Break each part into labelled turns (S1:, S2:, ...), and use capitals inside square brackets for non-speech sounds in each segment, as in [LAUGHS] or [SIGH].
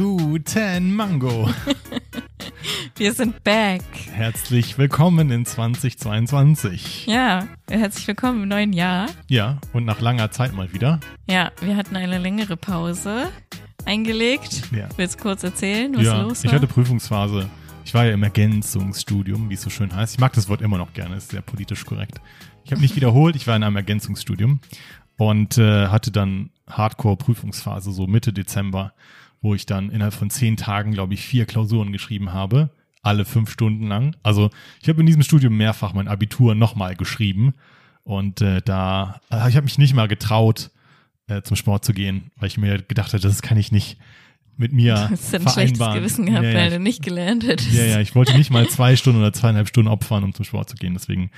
S1: Guten Mango.
S2: Wir sind back.
S1: Herzlich willkommen in 2022.
S2: Ja, herzlich willkommen im neuen Jahr.
S1: Ja, und nach langer Zeit mal wieder.
S2: Ja, wir hatten eine längere Pause eingelegt.
S1: Ja.
S2: Willst du kurz erzählen, was
S1: ja,
S2: los
S1: ich
S2: war?
S1: hatte Prüfungsphase. Ich war ja im Ergänzungsstudium, wie es so schön heißt. Ich mag das Wort immer noch gerne, ist sehr politisch korrekt. Ich habe nicht wiederholt, ich war in einem Ergänzungsstudium und äh, hatte dann Hardcore-Prüfungsphase, so Mitte Dezember, wo ich dann innerhalb von zehn Tagen, glaube ich, vier Klausuren geschrieben habe, alle fünf Stunden lang. Also ich habe in diesem Studium mehrfach mein Abitur nochmal geschrieben und äh, da, äh, ich habe mich nicht mal getraut, äh, zum Sport zu gehen, weil ich mir gedacht habe, das kann ich nicht
S2: [LAUGHS]
S1: mit [LAUGHS] mir
S2: Du hast ein schlechtes
S1: vereinbaren.
S2: Gewissen gehabt,
S1: ja, ja,
S2: weil
S1: ich-
S2: du nicht gelernt hättest.
S1: [LAUGHS] ja, ja, ich wollte nicht mal zwei Stunden oder zweieinhalb Stunden opfern, um zum Sport zu gehen. Deswegen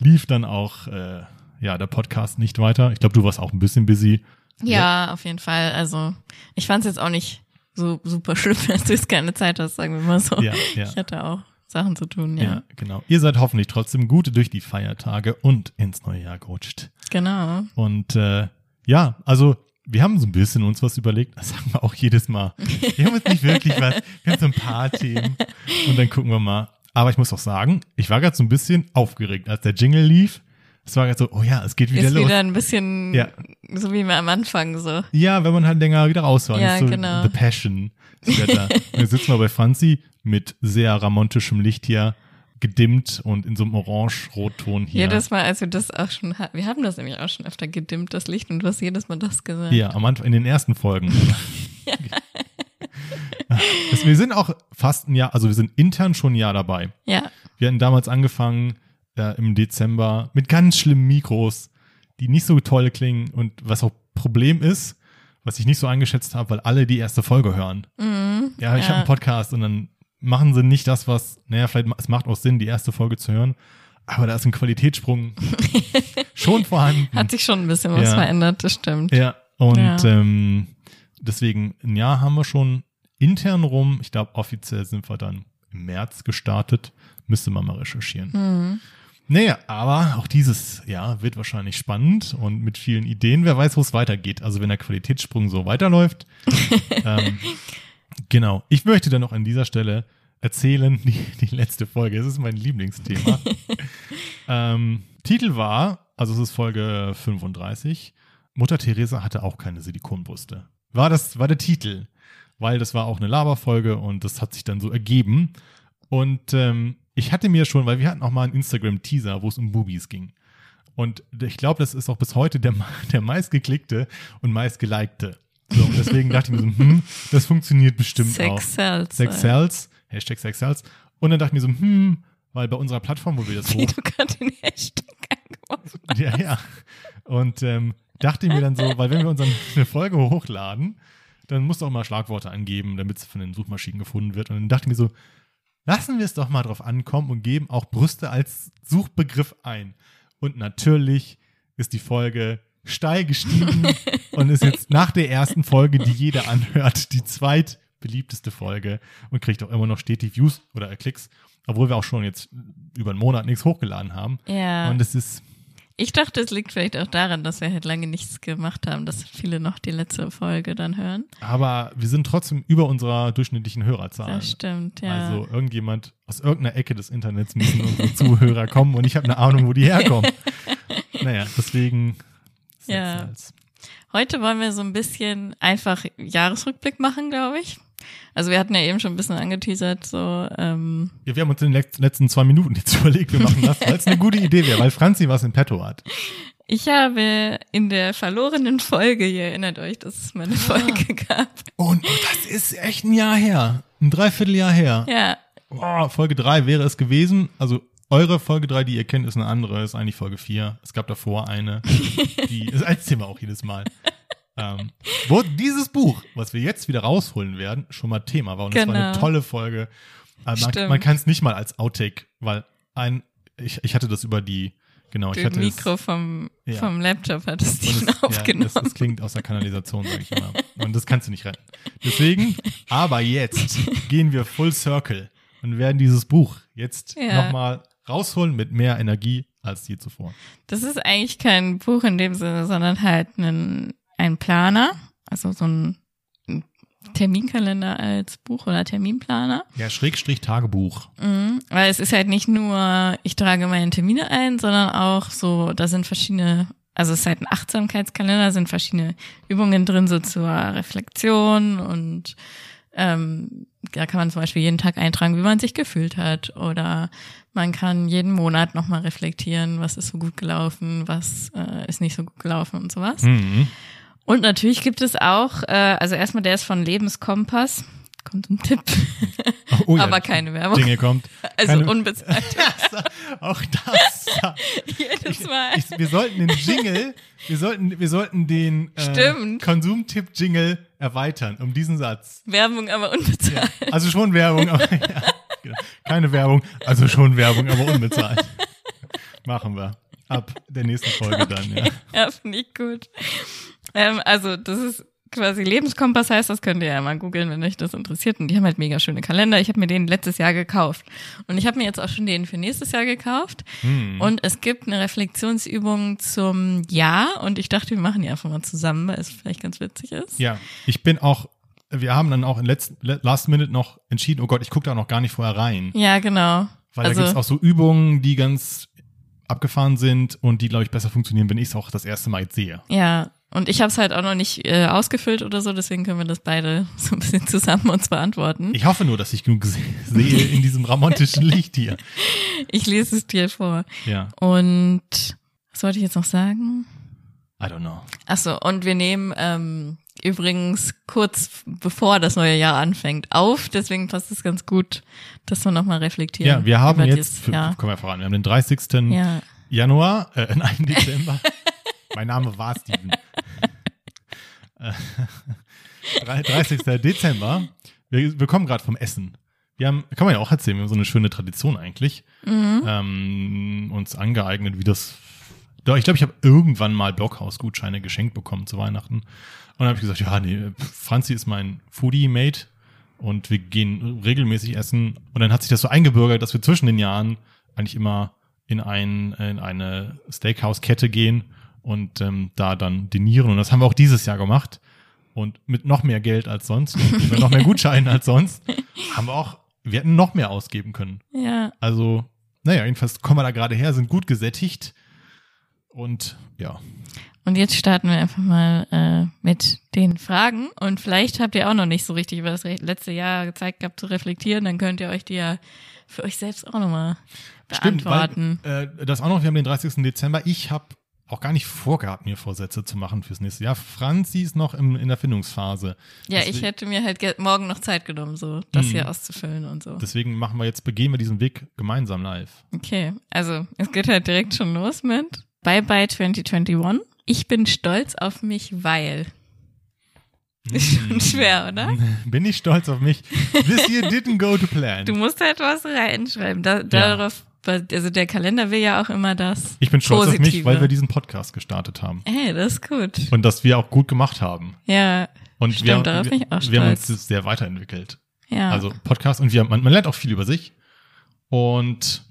S1: lief dann auch äh, ja, der Podcast nicht weiter. Ich glaube, du warst auch ein bisschen busy.
S2: Ja, auf jeden Fall. Also, ich fand es jetzt auch nicht so super schlimm, [LAUGHS] dass du jetzt keine Zeit hast, sagen wir mal so.
S1: Ja, ja.
S2: Ich hatte auch Sachen zu tun,
S1: Ja,
S2: ja.
S1: genau. Ihr seid hoffentlich trotzdem gut durch die Feiertage und ins neue Jahr gerutscht.
S2: Genau.
S1: Und äh, ja, also wir haben so ein bisschen uns was überlegt. Das sagen wir auch jedes Mal. Wir haben uns nicht wirklich was. Wir haben so ein paar Themen. Und dann gucken wir mal. Aber ich muss auch sagen, ich war gerade so ein bisschen aufgeregt, als der Jingle lief. Es war gerade so, oh ja, es geht wieder
S2: ist
S1: los.
S2: wieder ein bisschen
S1: Ja.
S2: so wie wir am Anfang so.
S1: Ja, wenn man halt länger wieder raus war.
S2: Ja,
S1: Nicht so
S2: genau.
S1: The Passion. ist
S2: [LAUGHS]
S1: wieder da. Und Jetzt sitzen wir bei Franzi mit sehr ramontischem Licht hier, gedimmt und in so einem Orange-Rotton hier.
S2: Jedes Mal, als wir das auch schon hatten, wir haben das nämlich auch schon öfter gedimmt, das Licht, und du hast jedes Mal das gesagt.
S1: ja, am Anfang, in den
S2: [LAUGHS]
S1: ersten Folgen. Also wir sind auch fast ein Jahr, also wir sind intern schon ein Jahr dabei.
S2: Ja,
S1: Wir hatten damals angefangen äh, im Dezember mit ganz schlimmen Mikros, die nicht so toll klingen und was auch Problem ist, was ich nicht so eingeschätzt habe, weil alle die erste Folge hören. ja, ich
S2: Mhm. ja.
S1: habe einen Podcast und dann machen sie nicht das, was, naja, vielleicht ma- es macht auch Sinn, die erste Folge zu hören, aber da ist
S2: [LAUGHS]
S1: ein Qualitätssprung schon vorhanden.
S2: hat sich schon ein bisschen was
S1: Hm. Ja.
S2: verändert, das stimmt.
S1: Ja, und
S2: Ja.
S1: Ähm, deswegen ein Jahr haben wir schon intern rum. Ich glaube, offiziell sind wir dann im März gestartet. Müsste man mal recherchieren.
S2: Hm.
S1: Naja, aber auch dieses Jahr wird wahrscheinlich spannend und mit vielen Ideen. Wer weiß, wo es weitergeht. Also wenn der Qualitätssprung so weiterläuft. ähm, genau. Ich möchte dann noch an dieser Stelle erzählen, die, die letzte Folge. Es ist mein Lieblingsthema. ähm, Titel war, also es ist Folge 35, Mutter Teresa hatte auch keine Silikonbrüste. War das, war der Titel. Weil das war auch eine Laberfolge und das hat sich dann so ergeben. Und ähm, ich hatte mir schon, weil wir hatten auch mal einen Instagram-Teaser, wo es um Boobies ging. Und ich glaube, das ist auch bis heute der, [LAUGHS] me- der meistgeklickte und meistgelikte. So, und deswegen dachte ich mir so, hm, das funktioniert bestimmt auch.
S2: Sex sells.
S1: Sex Sales, Hashtag Sex Sales. Und dann dachte ich mir so, hm, weil bei unserer Plattform, wo
S2: [LAUGHS]
S1: wir das
S2: Wie
S1: hoch,
S2: du gerade den Hashtag angeworfen
S1: [LAUGHS] ja, ja. Und ähm, dachte mir dann so, weil wenn wir unsere Folge hochladen, dann musst du auch mal Schlagworte angeben, damit es von den Suchmaschinen gefunden wird. Und dann dachte ich mir so, lassen wir es doch mal drauf ankommen und geben auch Brüste als Suchbegriff ein. Und natürlich ist die Folge steil gestiegen und ist jetzt nach der ersten Folge, die jeder anhört, die zweitbeliebteste Folge und kriegt auch immer noch stetig Views oder Klicks, obwohl wir auch schon jetzt über einen Monat nichts hochgeladen haben.
S2: hast. Ja.
S1: Und es ist
S2: ich dachte, es liegt vielleicht auch daran, dass wir halt lange nichts gemacht haben, dass viele noch die letzte Folge dann hören.
S1: Aber wir sind trotzdem über unserer durchschnittlichen Hörerzahl.
S2: Das stimmt, ja.
S1: Also irgendjemand aus irgendeiner Ecke des Internets müssen unsere Zuhörer kommen und ich habe eine Ahnung, wo
S2: [LAUGHS]
S1: die herkommen. Naja, deswegen. Sex
S2: Ja.
S1: als-
S2: Heute wollen wir so ein bisschen einfach Jahresrückblick machen, glaube ich. Also wir hatten ja eben schon ein bisschen angeteasert, so ähm,
S1: Ja, wir haben uns in den letz- letzten zwei Minuten jetzt [LAUGHS] überlegt, wir machen das, weil es eine gute Idee wäre, weil Franzi was in petto hat.
S2: Ich habe in der verlorenen Folge, ihr erinnert euch, dass es mal
S1: Ah.
S2: eine Folge gab.
S1: Und das ist echt ein Jahr her. Ein Dreivierteljahr her.
S2: Ja,
S1: Boah, Folge 3 wäre es gewesen. Also eure Folge 3, die ihr kennt, ist eine andere, ist eigentlich Folge 4. Es gab
S2: [LAUGHS]
S1: davor eine. Die ist als Thema auch jedes Mal. Ähm, wo dieses Buch, was wir jetzt wieder rausholen werden, schon mal Thema war. Und es war eine
S2: Genau.
S1: tolle Folge. Äh, man
S2: Stimmt.
S1: man kann es nicht mal als Outtake, weil ein, ich, ich hatte das über die, genau, ich
S2: durch
S1: hatte es-
S2: Mikro vom,
S1: Ja.
S2: vom Laptop hat es [LAUGHS]
S1: und
S2: die
S1: es-
S2: aufgenommen.
S1: Ja, das, das klingt aus der Kanalisation, sag ich mal. Und das kannst du nicht retten.
S2: [LAUGHS]
S1: Deswegen, aber jetzt gehen wir full circle und werden dieses Buch jetzt
S2: Ja.
S1: nochmal rausholen mit mehr Energie als je zuvor.
S2: das ist eigentlich kein Buch in dem Sinne, sondern halt ein, ein Planer, also so ein, ein Terminkalender als Buch oder Terminplaner.
S1: Ja, Schrägstrich Tagebuch.
S2: Mhm. Weil es ist halt nicht nur, ich trage meine Termine ein, sondern auch so, da sind verschiedene, also es ist halt ein Achtsamkeitskalender, sind verschiedene Übungen drin, so zur Reflexion und ähm, da kann man zum Beispiel jeden Tag eintragen, wie man sich gefühlt hat. Oder man kann jeden Monat nochmal reflektieren, was ist so gut gelaufen, was äh, ist nicht so gut gelaufen und sowas.
S1: Mhm.
S2: Und natürlich gibt es auch, äh, also erstmal der ist von Lebenskompass. Kommt ein Tipp,
S1: Oh ja,
S2: aber keine Werbung.
S1: Dinge kommt.
S2: [LAUGHS] also
S1: keine-
S2: unbezahlt. [LAUGHS]
S1: Auch das.
S2: Jedes Mal.
S1: Ich, wir sollten den Jingle, wir sollten, wir sollten den äh,
S2: Stimmt.
S1: Konsumtipp-Jingle erweitern um diesen Satz.
S2: Werbung, aber unbezahlt.
S1: Ja. Also schon Werbung, aber [LAUGHS] ja, genau. keine Werbung, also schon Werbung, aber unbezahlt. Machen wir. Ab der nächsten Folge dann, ja.
S2: [LAUGHS] Ja, finde ich gut. Ähm, also, das ist quasi Lebenskompass heißt, das könnt ihr ja mal googeln, wenn euch das interessiert. Und die haben halt mega schöne Kalender. Ich habe mir den letztes Jahr gekauft. Und ich habe mir jetzt auch schon den für nächstes Jahr gekauft.
S1: Hm.
S2: Und es gibt eine Reflexionsübung zum Jahr. Und ich dachte, wir machen die einfach mal zusammen, weil es vielleicht ganz witzig ist.
S1: Ja, ich bin auch, wir haben dann auch in letzten, Last Minute noch entschieden, oh Gott, ich gucke da noch gar nicht vorher rein.
S2: Ja, genau.
S1: Weil da gibt's auch so Übungen, die ganz abgefahren sind und die, glaube ich, besser funktionieren, wenn ich es auch das erste Mal jetzt sehe.
S2: Ja, und ich habe es halt auch noch nicht äh, ausgefüllt oder so, deswegen können wir das beide [LAUGHS] so ein bisschen zusammen uns beantworten.
S1: Ich hoffe nur, dass ich genug se- sehe in diesem ramontischen Licht hier.
S2: Ich lese es dir vor.
S1: Ja,
S2: Und was wollte ich jetzt noch sagen?
S1: I don't know.
S2: Achso, und wir nehmen ähm, übrigens kurz bevor das neue Jahr anfängt auf, deswegen passt es ganz gut, dass wir nochmal reflektieren.
S1: Ja, wir haben
S2: über
S1: jetzt,
S2: dieses Jahr.
S1: kommen wir voran, wir haben den 30.
S2: Ja.
S1: Januar, äh, nein, Dezember. mein Name war Steven. Äh, [LAUGHS] 30. Dezember. Wir, wir kommen gerade vom Essen. Wir haben, kann man ja auch erzählen, wir haben so eine schöne Tradition eigentlich. Ähm, uns angeeignet, wie das. Doch, ich glaube, ich habe irgendwann mal Blockhaus-Gutscheine geschenkt bekommen zu Weihnachten. Und dann habe ich gesagt, ja, nee, pf, Franzi ist mein Foodie-Mate und wir gehen regelmäßig essen. Und dann hat sich das so eingebürgert, dass wir zwischen den Jahren eigentlich immer in, ein, in eine Steakhouse-Kette gehen und ähm, da dann dinieren. Und das haben wir auch dieses Jahr gemacht. Und mit noch mehr Geld als sonst, mit noch mehr Gutscheinen als sonst, haben wir auch, wir hätten noch mehr ausgeben können.
S2: Ja,
S1: Also, naja, jedenfalls kommen wir da gerade her, sind gut gesättigt. Und ja,
S2: und jetzt starten wir einfach mal äh, mit den Fragen. Und vielleicht habt ihr auch noch nicht so richtig über das re- letzte Jahr gezeigt gehabt zu reflektieren, dann könnt ihr euch die ja für euch selbst auch nochmal beantworten.
S1: Stimmt, weil, äh, das auch noch, wir haben den 30. Dezember. Ich habe auch gar nicht vorgehabt, mir Vorsätze zu machen fürs nächste Jahr. Franzi ist noch im, in der Findungsphase.
S2: ja, ich
S1: deswegen-
S2: hätte mir halt ge- morgen noch Zeit genommen, so das
S1: Mhm.
S2: hier auszufüllen und so.
S1: Deswegen machen wir jetzt, begehen wir diesen Weg gemeinsam live.
S2: Okay, also es geht halt direkt schon los mit Bye Bye 2021. Ich bin stolz auf mich, weil. [LAUGHS] Ist schon schwer, oder?
S1: Hm. [LAUGHS] Bin ich stolz auf mich. This year didn't go to plan.
S2: Du musst halt was reinschreiben. Da, darauf, also der Kalender will ja auch immer das.
S1: Ich bin stolz auf mich,
S2: Positive.
S1: weil wir diesen Podcast gestartet haben.
S2: Hey, das ist gut.
S1: Und dass wir auch gut gemacht haben.
S2: Ja,
S1: Und wir,
S2: Stimmt, darauf bin ich auch
S1: wir haben uns
S2: stolz.
S1: sehr weiterentwickelt.
S2: ja.
S1: Also Podcast und wir, man, man lernt auch viel über sich. Und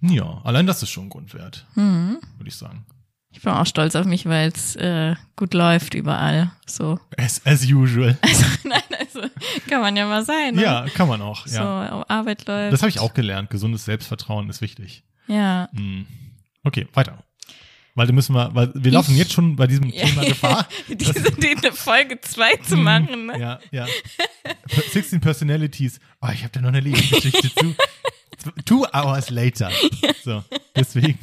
S1: ja, allein das ist schon ein Grund wert,
S2: Mhm.
S1: würde ich sagen.
S2: Ich bin auch stolz auf mich, weil es äh, gut läuft überall. So.
S1: As, as usual.
S2: Also, nein, also kann man ja mal sein. [LAUGHS] Ne?
S1: Ja, kann man auch.
S2: So,
S1: Ja.
S2: Arbeit läuft.
S1: Das habe ich auch gelernt. Gesundes Selbstvertrauen ist wichtig.
S2: Ja.
S1: Hm. Okay, weiter. Weil da müssen wir, weil wir laufen
S2: Ich-
S1: jetzt schon bei diesem
S2: [LAUGHS] Ja.
S1: Thema Gefahr. Hm.
S2: Diese, die eine Folge 2 zu machen, ne?
S1: Mm. Ja, ja. 16 Personalities. Oh, ich habe da noch eine Lebensgeschichte zu. [LAUGHS] Two hours later. So, deswegen.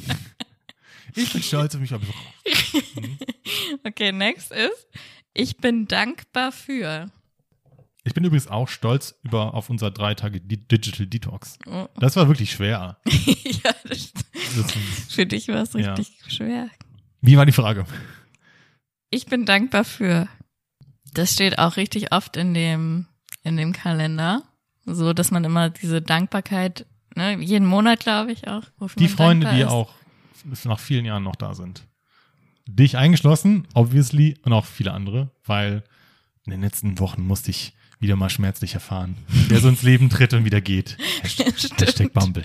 S1: Ich bin stolz auf mich. aber-
S2: Okay, next ist, ich bin dankbar für.
S1: Ich bin übrigens auch stolz über, auf unser drei Tage Di- Digital Detox.
S2: Oh. [LAUGHS]
S1: Das war wirklich schwer.
S2: ja, das, st-
S1: Das,
S2: für dich war es
S1: Ja.
S2: richtig schwer.
S1: wie war die Frage?
S2: Ich bin dankbar für. Das steht auch richtig oft in dem, in dem Kalender. So, dass man immer diese Dankbarkeit, ne, jeden Monat, glaube ich, auch. Wofür
S1: Die
S2: man
S1: Freunde,
S2: dankbar
S1: die
S2: ist.
S1: auch nach vielen Jahren noch da sind. Dich eingeschlossen, obviously, und auch viele andere, weil in den letzten Wochen musste ich wieder mal
S2: [LAUGHS]
S1: schmerzlich erfahren, wer so ins Leben tritt und wieder geht. Hashtag,
S2: Stimmt.
S1: Hashtag Bumble.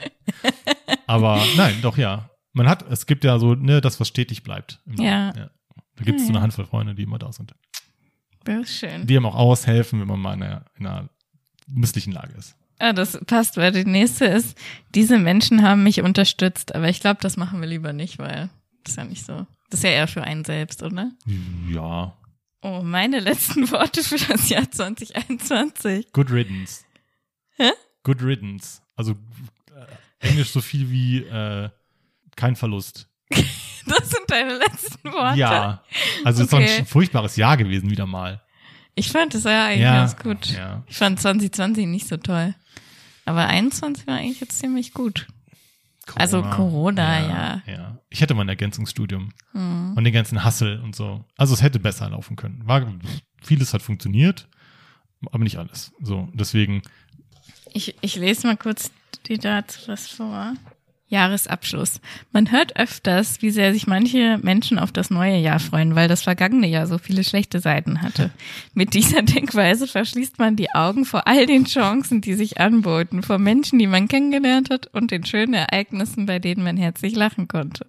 S1: Aber nein, doch ja. Man hat, es gibt ja so, ne, das, was stetig bleibt. im Leben.
S2: Ja.
S1: Da gibt es so
S2: Ja,
S1: eine
S2: ja.
S1: Handvoll Freunde, die immer da sind.
S2: Das ist schön.
S1: die einem auch aushelfen, wenn man mal in einer, in einer misslichen Lage ist.
S2: Ah, das passt, weil die nächste ist, diese Menschen haben mich unterstützt, aber ich glaube, das machen wir lieber nicht, weil das ist ja nicht so. Das ist ja eher für einen selbst, oder?
S1: Ja.
S2: Oh, meine letzten Worte für das Jahr 2021.
S1: Good riddance.
S2: Hä?
S1: Good riddance. Also äh, Englisch so viel wie äh, kein Verlust.
S2: Das sind deine letzten Worte.
S1: Ja. Also es ist doch
S2: Okay.
S1: ein furchtbares Jahr gewesen wieder mal.
S2: Ich fand das ja eigentlich
S1: ja.
S2: ganz gut.
S1: Ja.
S2: Ich fand 2020 nicht so toll. Aber 21 war eigentlich jetzt ziemlich gut. Also Corona, Hm.
S1: ja. Ich hätte mal ein Ergänzungsstudium und den ganzen Hassel und so. Also es hätte besser laufen können. War, vieles hat funktioniert, aber nicht alles. So, deswegen
S2: Ich, ich lese mal kurz die dazu was vor. Jahresabschluss. Man hört öfters, wie sehr sich manche Menschen auf das neue Jahr freuen, weil das vergangene Jahr so viele schlechte Seiten hatte. Mit dieser [LAUGHS] Denkweise verschließt man die Augen vor all den Chancen, die sich anboten, vor Menschen, die man kennengelernt hat und den schönen Ereignissen, bei denen man herzlich lachen konnte.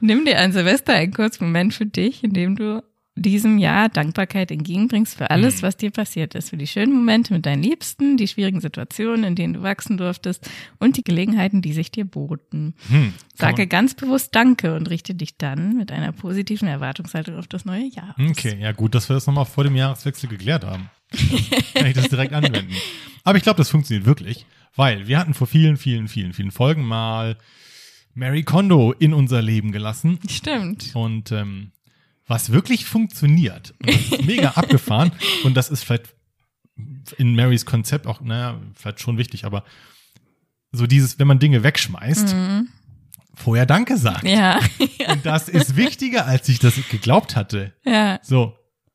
S2: Nimm dir ein Silvester einen kurzen Moment für dich, in dem du diesem Jahr Dankbarkeit entgegenbringst für
S1: Mhm.
S2: alles, was dir passiert ist. Für die schönen Momente mit deinen Liebsten, die schwierigen Situationen, in denen du wachsen durftest und die Gelegenheiten, die sich dir boten.
S1: hm, kann
S2: Sage ganz bewusst Danke und richte dich dann mit einer positiven Erwartungshaltung auf das neue Jahr.
S1: man-
S2: aus.
S1: Okay, ja gut, dass wir das nochmal vor dem Jahreswechsel geklärt haben. Kann ich das direkt
S2: [LAUGHS]
S1: anwenden. Aber ich glaube, das funktioniert wirklich, weil wir hatten vor vielen, vielen, vielen, vielen Folgen mal Mary Kondo in unser Leben gelassen.
S2: Stimmt.
S1: Und ähm, was wirklich funktioniert, und das ist
S2: [LAUGHS]
S1: mega abgefahren, und das ist vielleicht in Marys Konzept auch, naja, vielleicht schon wichtig, aber so dieses, wenn man Dinge wegschmeißt, vorher Danke sagt.
S2: Mhm. Ja, [LAUGHS]
S1: Und das ist wichtiger, als ich das geglaubt hatte.
S2: ja,
S1: So,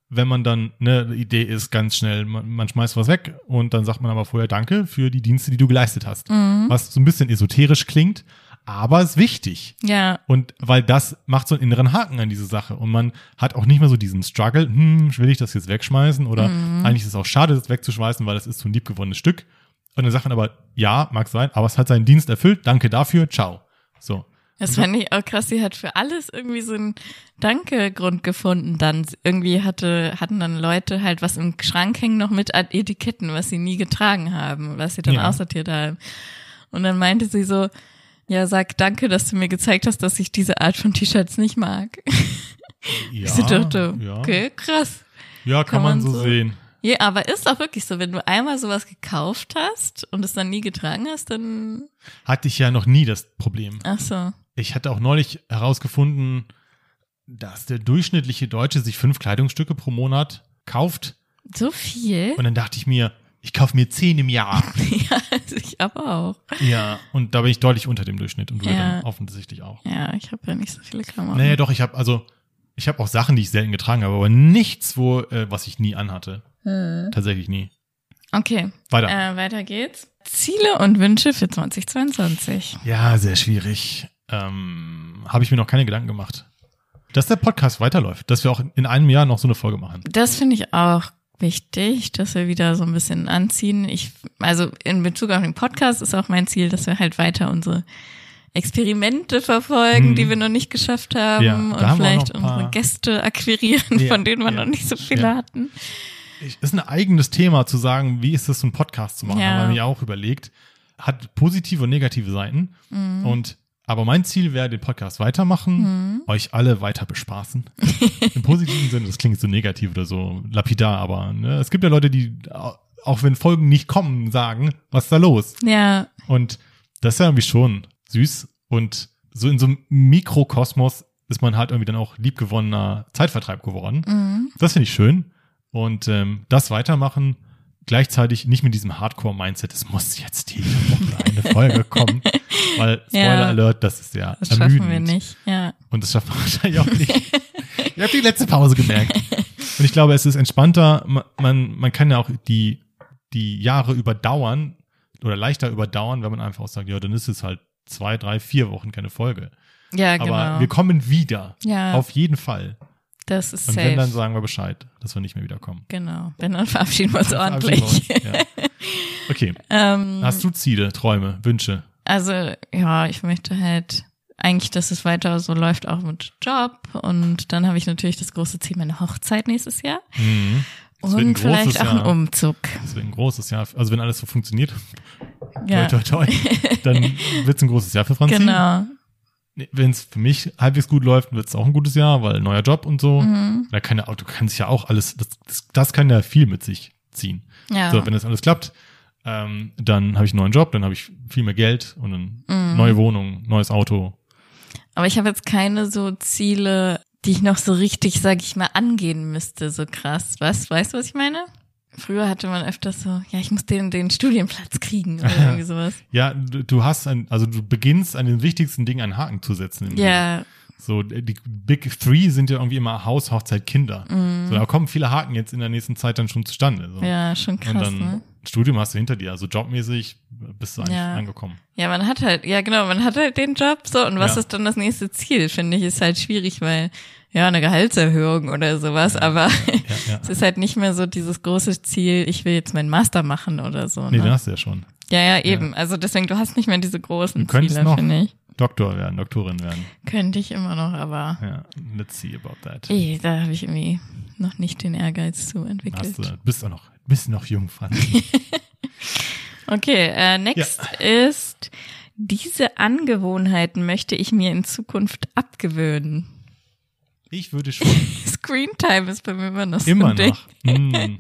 S1: wenn man dann, ne, die Idee ist ganz schnell, man, man schmeißt was weg und dann sagt man aber vorher Danke für die Dienste, die du geleistet hast. Was so ein bisschen esoterisch klingt, aber ist wichtig.
S2: ja.
S1: Und weil das macht so einen inneren Haken an diese Sache. Und man hat auch nicht mehr so diesen Struggle, hm, will ich das jetzt wegschmeißen? Oder eigentlich ist es auch schade, das wegzuschmeißen, weil das ist so ein liebgewonnenes Stück. Und dann sagt man aber, ja, mag sein, aber es hat seinen Dienst erfüllt, danke dafür, ciao. So.
S2: Das fand ich auch krass. Sie hat für alles irgendwie so einen Danke-Grund gefunden dann. Irgendwie hatte, hatten dann Leute halt was im Schrank hängen noch mit an Etiketten, was sie nie getragen haben, was sie dann
S1: Ja.
S2: aussortiert haben. Und dann meinte sie so, ja, sag danke, dass du mir gezeigt hast, dass ich diese Art von T-Shirts nicht mag. [LAUGHS]
S1: Ja,
S2: ich so dachte,
S1: ja,
S2: okay, krass.
S1: ja kann, man so sehen.
S2: Ja, aber ist auch wirklich so, wenn du einmal sowas gekauft hast und es dann nie getragen hast, dann,
S1: Hatte ich ja noch nie das Problem.
S2: ach so.
S1: Ich hatte auch neulich herausgefunden, dass der durchschnittliche Deutsche sich fünf Kleidungsstücke pro Monat kauft.
S2: So viel?
S1: Und dann dachte ich mir, ich kaufe mir zehn im Jahr.
S2: [LAUGHS] ja, also ich aber auch.
S1: Ja, und da bin ich deutlich unter dem Durchschnitt und du ja.
S2: Ja. Oh.
S1: dann offensichtlich auch.
S2: Ja, ich habe ja nicht so viele Klamotten.
S1: Naja, doch, ich habe also, ich habe auch Sachen, die ich selten getragen habe, aber nichts, wo, äh, was ich nie anhatte.
S2: Hm.
S1: Tatsächlich nie.
S2: Okay,
S1: Weiter.
S2: äh, weiter geht's. Ziele und Wünsche für 2022.
S1: Ja, sehr schwierig. Ähm, habe ich mir noch keine Gedanken gemacht. Dass der Podcast weiterläuft, dass wir auch in einem Jahr noch so eine Folge machen.
S2: Das finde ich auch wichtig, dass wir wieder so ein bisschen anziehen. Ich, also in Bezug auf den Podcast ist auch mein Ziel, dass wir halt weiter unsere Experimente verfolgen,
S1: Hm.
S2: die wir noch nicht geschafft haben
S1: Ja, da
S2: und
S1: haben wir auch
S2: vielleicht
S1: noch ein paar-
S2: unsere Gäste akquirieren,
S1: Ja,
S2: von denen wir
S1: ja,
S2: noch nicht so viele
S1: ja.
S2: hatten.
S1: Ich, ist ein eigenes Thema zu sagen, wie ist es, so einen Podcast zu machen,
S2: Ja.
S1: haben wir mir auch überlegt. Hat positive und negative Seiten.
S2: Mhm. Hm.
S1: Und aber mein Ziel wäre, den Podcast weitermachen, euch alle weiter bespaßen. Im positiven Sinne, das klingt so negativ oder so lapidar, aber ne, es gibt ja Leute, die au- auch wenn Folgen nicht kommen, sagen, was ist da los?
S2: Ja,
S1: Und das ist ja irgendwie schon süß. Und so in so einem Mikrokosmos ist man halt irgendwie dann auch liebgewonnener Zeitvertreib geworden.
S2: mhm.
S1: Das finde ich schön. Und ähm, das weitermachen, gleichzeitig nicht mit diesem Hardcore-Mindset, es muss jetzt jede Woche eine Folge
S2: [LAUGHS]
S1: kommen. Weil, Spoiler
S2: Ja.
S1: Alert, das ist ja
S2: das
S1: ermüdend.
S2: schaffen wir nicht. Ja.
S1: Und das schafft man [LAUGHS] wahrscheinlich
S2: [LAUGHS]
S1: auch nicht. Ihr habt die letzte Pause gemerkt. Und ich glaube, es ist entspannter. Ma- Man, man kann ja auch die, die Jahre überdauern oder leichter überdauern, wenn man einfach auch sagt, ja, dann ist es halt zwei, drei, vier Wochen keine Folge.
S2: Ja,
S1: Aber
S2: genau.
S1: wir kommen wieder.
S2: ja,
S1: Auf jeden Fall.
S2: das ist
S1: Und
S2: safe.
S1: wenn, dann sagen wir Bescheid, dass wir nicht mehr wiederkommen.
S2: Genau, wenn dann [LAUGHS] verabschieden wir uns
S1: Verabschieden
S2: ordentlich.
S1: wir uns. Ja. Okay.
S2: [LAUGHS] ähm,
S1: Hast du Ziele, Träume, Wünsche?
S2: also, ja, ich möchte halt eigentlich, dass es weiter so läuft, auch mit Job. Und dann habe ich natürlich das große Ziel, meine Hochzeit nächstes Jahr.
S1: Mhm. Das wird ein
S2: Und vielleicht
S1: großes
S2: auch ein
S1: Jahr.
S2: Umzug.
S1: Das wird ein großes Jahr. Also wenn alles so funktioniert,
S2: Ja,
S1: toi, toi, toi, dann wird es ein großes Jahr für Franzin.
S2: genau.
S1: Wenn es für mich halbwegs gut läuft, wird es auch ein gutes Jahr, weil neuer Job und so.
S2: Mhm.
S1: Da kann der Auto kann sich ja auch alles, das, das, das kann ja viel mit sich ziehen.
S2: Ja.
S1: So, wenn das alles klappt, ähm, dann habe ich einen neuen Job, dann habe ich viel mehr Geld und dann
S2: Mhm.
S1: neue Wohnung, neues Auto.
S2: Aber ich habe jetzt keine so Ziele, die ich noch so richtig, sag ich mal, angehen müsste, so krass. Was? Weißt du, was ich meine? Früher hatte man öfters so, ja, ich muss den, den Studienplatz kriegen
S1: [LAUGHS]
S2: oder irgendwie sowas.
S1: Ja, du, du hast ein, also du beginnst an den wichtigsten Dingen einen Haken zu setzen. im Leben.
S2: Ja,
S1: So, äh, die Big Three sind ja irgendwie immer Haus, Hochzeit, Kinder. So, da kommen viele Haken jetzt in der nächsten Zeit dann schon zustande. So.
S2: Mhm. ja, schon krass,
S1: und dann
S2: ne?
S1: Studium hast du hinter dir, also jobmäßig bist du eigentlich
S2: Ja.
S1: angekommen.
S2: Ja, man hat halt, ja genau, man hat halt den Job so und was
S1: Ja.
S2: ist dann das nächste Ziel, finde ich, ist halt schwierig, weil ja, eine Gehaltserhöhung oder sowas, aber [LAUGHS]
S1: Ja, ja.
S2: es ist halt nicht mehr so dieses große Ziel, ich will jetzt meinen Master machen oder so.
S1: Nee, den
S2: Ne?
S1: hast du ja schon.
S2: Ja, ja, eben. Also deswegen, du hast nicht mehr diese großen
S1: Du könntest
S2: Ziele,
S1: noch-
S2: finde ich.
S1: Doktor werden, Doktorin werden.
S2: Könnte ich immer noch, aber
S1: Ja, let's see about that.
S2: eh, da habe ich irgendwie noch nicht den Ehrgeiz zu entwickelt.
S1: Hast du, bist auch noch, bist noch
S2: [LAUGHS]
S1: jung, Franzi.
S2: Okay, äh, next ist, diese Angewohnheiten möchte ich mir in Zukunft abgewöhnen.
S1: Ich würde schon
S2: Screentime ist bei mir immer noch so
S1: immer
S2: ein Ding.
S1: noch. Mm,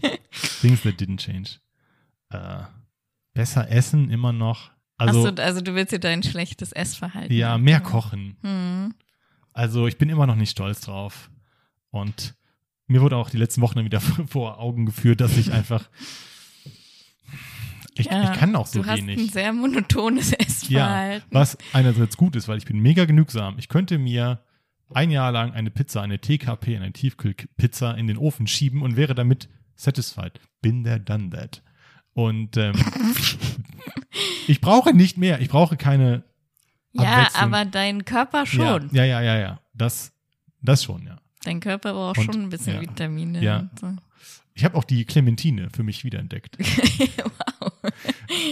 S1: things that didn't change. Äh, besser essen immer noch. Also,
S2: Ach so, also du willst dir dein schlechtes Essverhalten.
S1: ja, mehr kochen.
S2: Hm.
S1: Also ich bin immer noch nicht stolz drauf. Und mir wurde auch die letzten Wochen dann wieder [LAUGHS] vor Augen geführt, dass ich einfach. Ich,
S2: Ja,
S1: ich kann auch so
S2: du hast ein
S1: wenig.
S2: sehr monotones [LAUGHS]
S1: Ja,
S2: Essverhalten.
S1: was einerseits gut ist, weil ich bin mega genügsam. Ich könnte mir ein Jahr lang eine Pizza, eine TKP, eine Tiefkühlpizza in den Ofen schieben und wäre damit satisfied. Bin there, done that.
S2: [LAUGHS]
S1: Und ähm, ich brauche nicht mehr. Ich brauche keine
S2: Ja,
S1: Abwechslung.
S2: aber dein Körper schon.
S1: Ja, ja, ja, ja. ja. Das, das schon, ja.
S2: Dein Körper braucht
S1: Und-
S2: schon ein bisschen
S1: ja.
S2: Vitamine.
S1: Ja.
S2: Und so. [LAUGHS]
S1: Ich habe auch die Clementine für mich [LAUGHS] wiederentdeckt.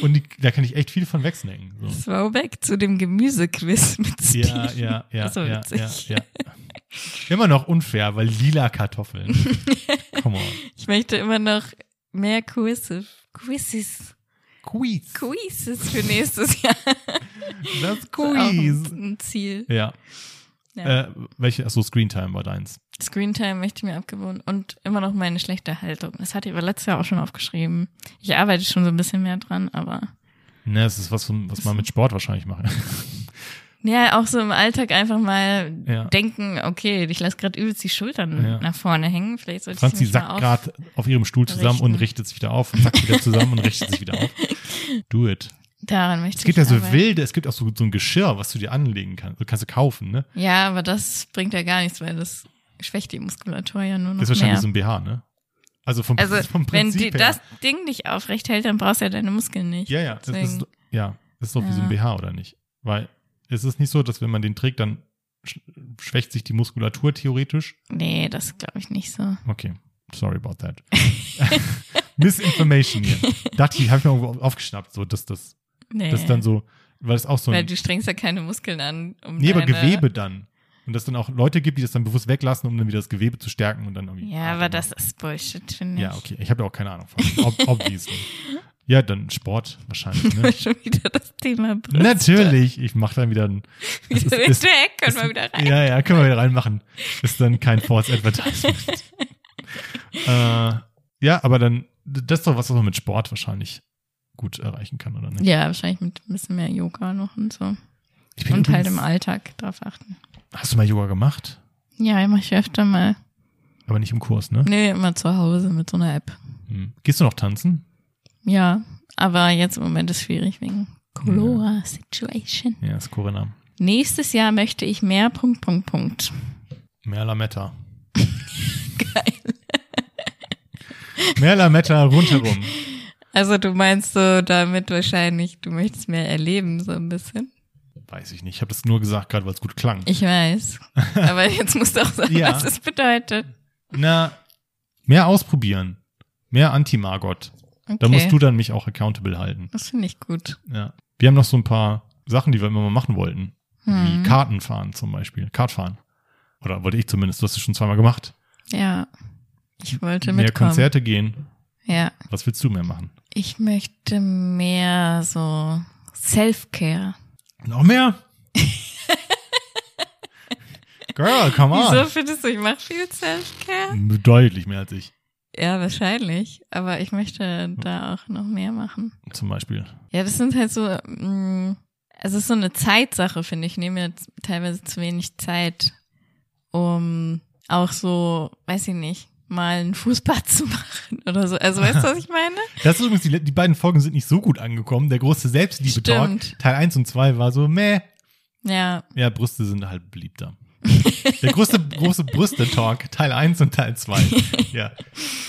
S1: Und die, da kann ich echt viel von wegsnacken. So.
S2: Throwback zu dem Gemüsequiz [LAUGHS] mit Steve.
S1: Ja, ja, ja,
S2: Das war
S1: ja, ja,
S2: witzig.
S1: ja. Immer noch unfair, weil lila [LAUGHS] Kartoffeln. Come on.
S2: Ich möchte immer noch mehr Quizzes. Quizzes.
S1: Quiz.
S2: Quizzes für nächstes Jahr.
S1: Das
S2: Das ist auch
S1: Quiz.
S2: Ein, ein Ziel.
S1: Ja.
S2: Ja.
S1: Äh, welche, achso, Screentime war deins.
S2: Screentime möchte ich mir abgewöhnen und immer noch meine schlechte Haltung. Das hatte ich aber letztes Jahr auch schon aufgeschrieben. Ich arbeite schon so ein bisschen mehr dran, aber
S1: Ne, es ist was, von- was man mit Sport wahrscheinlich macht. [LAUGHS]
S2: ja, auch so im Alltag einfach mal
S1: Ja.
S2: denken, okay, ich lasse gerade übelst die Schultern
S1: Ja.
S2: nach vorne hängen. Vielleicht sollte
S1: Franzi
S2: ich mich mal
S1: sackt gerade auf ihrem Stuhl zusammen und
S2: richten.
S1: richtet sich wieder auf und sackt wieder zusammen und richtet sich wieder [LAUGHS] auf. Do it.
S2: Daran möchte
S1: Es gibt
S2: ich
S1: ja so
S2: arbeiten.
S1: wilde, es gibt auch so, so ein Geschirr, was du dir anlegen kannst. Du kannst du kaufen, ne?
S2: Ja, aber das bringt ja gar nichts, weil das schwächt die Muskulatur ja nur noch
S1: Das ist wahrscheinlich
S2: mehr.
S1: so ein BH, ne? Also vom,
S2: also
S1: [LAUGHS] vom
S2: wenn
S1: Prinzip
S2: die,
S1: her.
S2: das Ding dich aufrecht hält, dann brauchst du ja deine Muskeln nicht.
S1: ja, ja, das
S2: Deswegen-
S1: ist, ja, das ist doch wie so ein
S2: Ja.
S1: BH, oder nicht? Weil es ist nicht so, dass wenn man den trägt, dann sch schwächt sich die Muskulatur theoretisch.
S2: Nee, das glaube ich nicht so.
S1: Okay, sorry about
S2: [LAUGHS]
S1: that. [LAUGHS] Misinformation hier. Dachte ich, habe ich mir irgendwo aufgeschnappt, so dass das,
S2: Nee.
S1: das dann so, weil das auch so
S2: weil
S1: ein
S2: du strengst ja keine Muskeln an, um
S1: nee, aber
S2: deine,
S1: Gewebe dann. Und dass dann auch Leute gibt, die das dann bewusst weglassen, um dann wieder das Gewebe zu stärken und dann irgendwie.
S2: Ja,
S1: Ah,
S2: aber
S1: dann-
S2: das ist Bullshit, finde ich.
S1: Ja, okay. Ich habe da auch keine Ahnung von. [LAUGHS] Ob, obviously. Ja, dann Sport wahrscheinlich. Ne? [LAUGHS]
S2: Immer [LAUGHS] schon wieder das Thema Brust.
S1: Natürlich. Ich mache dann wieder ein.
S2: [LAUGHS]
S1: das
S2: Wieder
S1: ist-
S2: ist, weg, können
S1: ist-
S2: wir wieder rein.
S1: Ja, ja, können wir wieder reinmachen. Ist dann kein Force [LAUGHS] Advertisement. äh, ja, aber dann, das ist doch was, was man mit Sport wahrscheinlich gut erreichen kann, oder nicht?
S2: Ja, wahrscheinlich mit ein bisschen mehr Yoga noch und so.
S1: Ich
S2: Und halt im
S1: übrigens-
S2: Alltag drauf achten.
S1: Hast du mal Yoga gemacht?
S2: Ja, mach ich öfter mal.
S1: Aber nicht im Kurs, ne?
S2: Nee, immer zu Hause mit so einer App.
S1: Hm. Gehst du noch tanzen?
S2: Ja, aber jetzt im Moment ist schwierig wegen Corona-Situation.
S1: Ja, ist Corinna.
S2: Nächstes Jahr möchte ich mehr Punkt, Punkt, Punkt. [LAUGHS]
S1: Mehr Lametta. Geil. Mehr Lametta rundherum.
S2: Also du meinst so damit wahrscheinlich, du möchtest mehr erleben so ein bisschen.
S1: Weiß ich nicht. Ich habe das nur gesagt, gerade weil es gut klang.
S2: Ich
S1: [LAUGHS]
S2: weiß. Aber jetzt musst du auch sagen,
S1: Ja.
S2: was es bedeutet.
S1: Na, mehr ausprobieren. Mehr Anti-Margot.
S2: Okay.
S1: Da musst du dann mich auch accountable halten.
S2: Das finde ich gut.
S1: Ja. Wir haben noch so ein paar Sachen, die wir immer mal machen wollten.
S2: Mhm. Hm.
S1: Wie Karten fahren zum Beispiel. Kartfahren. Oder wollte ich zumindest, du hast es schon zweimal gemacht.
S2: Ja. Ich wollte
S1: Mehr
S2: mitkommen.
S1: Konzerte gehen.
S2: Ja.
S1: Was willst du mehr machen?
S2: Ich möchte mehr so Self-Care.
S1: Noch mehr?
S2: [LAUGHS]
S1: Girl, come
S2: Wieso
S1: on.
S2: findest du, ich mache viel Self-Care?
S1: Deutlich mehr als ich
S2: Ja, wahrscheinlich. Aber ich möchte da auch noch mehr machen.
S1: zum Beispiel.
S2: Ja, das sind halt so, mh, es ist so eine Zeitsache, finde ich. Ich nehme mir z- teilweise zu wenig Zeit, um auch so, weiß ich nicht, mal ein Fußbad [LAUGHS] zu machen oder so. Also weißt du, was ich meine?
S1: Das ist übrigens, die, le- die beiden Folgen sind nicht so gut angekommen. Der große Selbstliebe-Talk,
S2: Stimmt.
S1: Teil 1 und 2 war so, meh.
S2: Ja,
S1: Ja, Brüste sind
S2: [LAUGHS]
S1: halt beliebter. Der große, große Brüste-Talk, Teil 1 und Teil
S2: [LAUGHS]
S1: 2. Ja.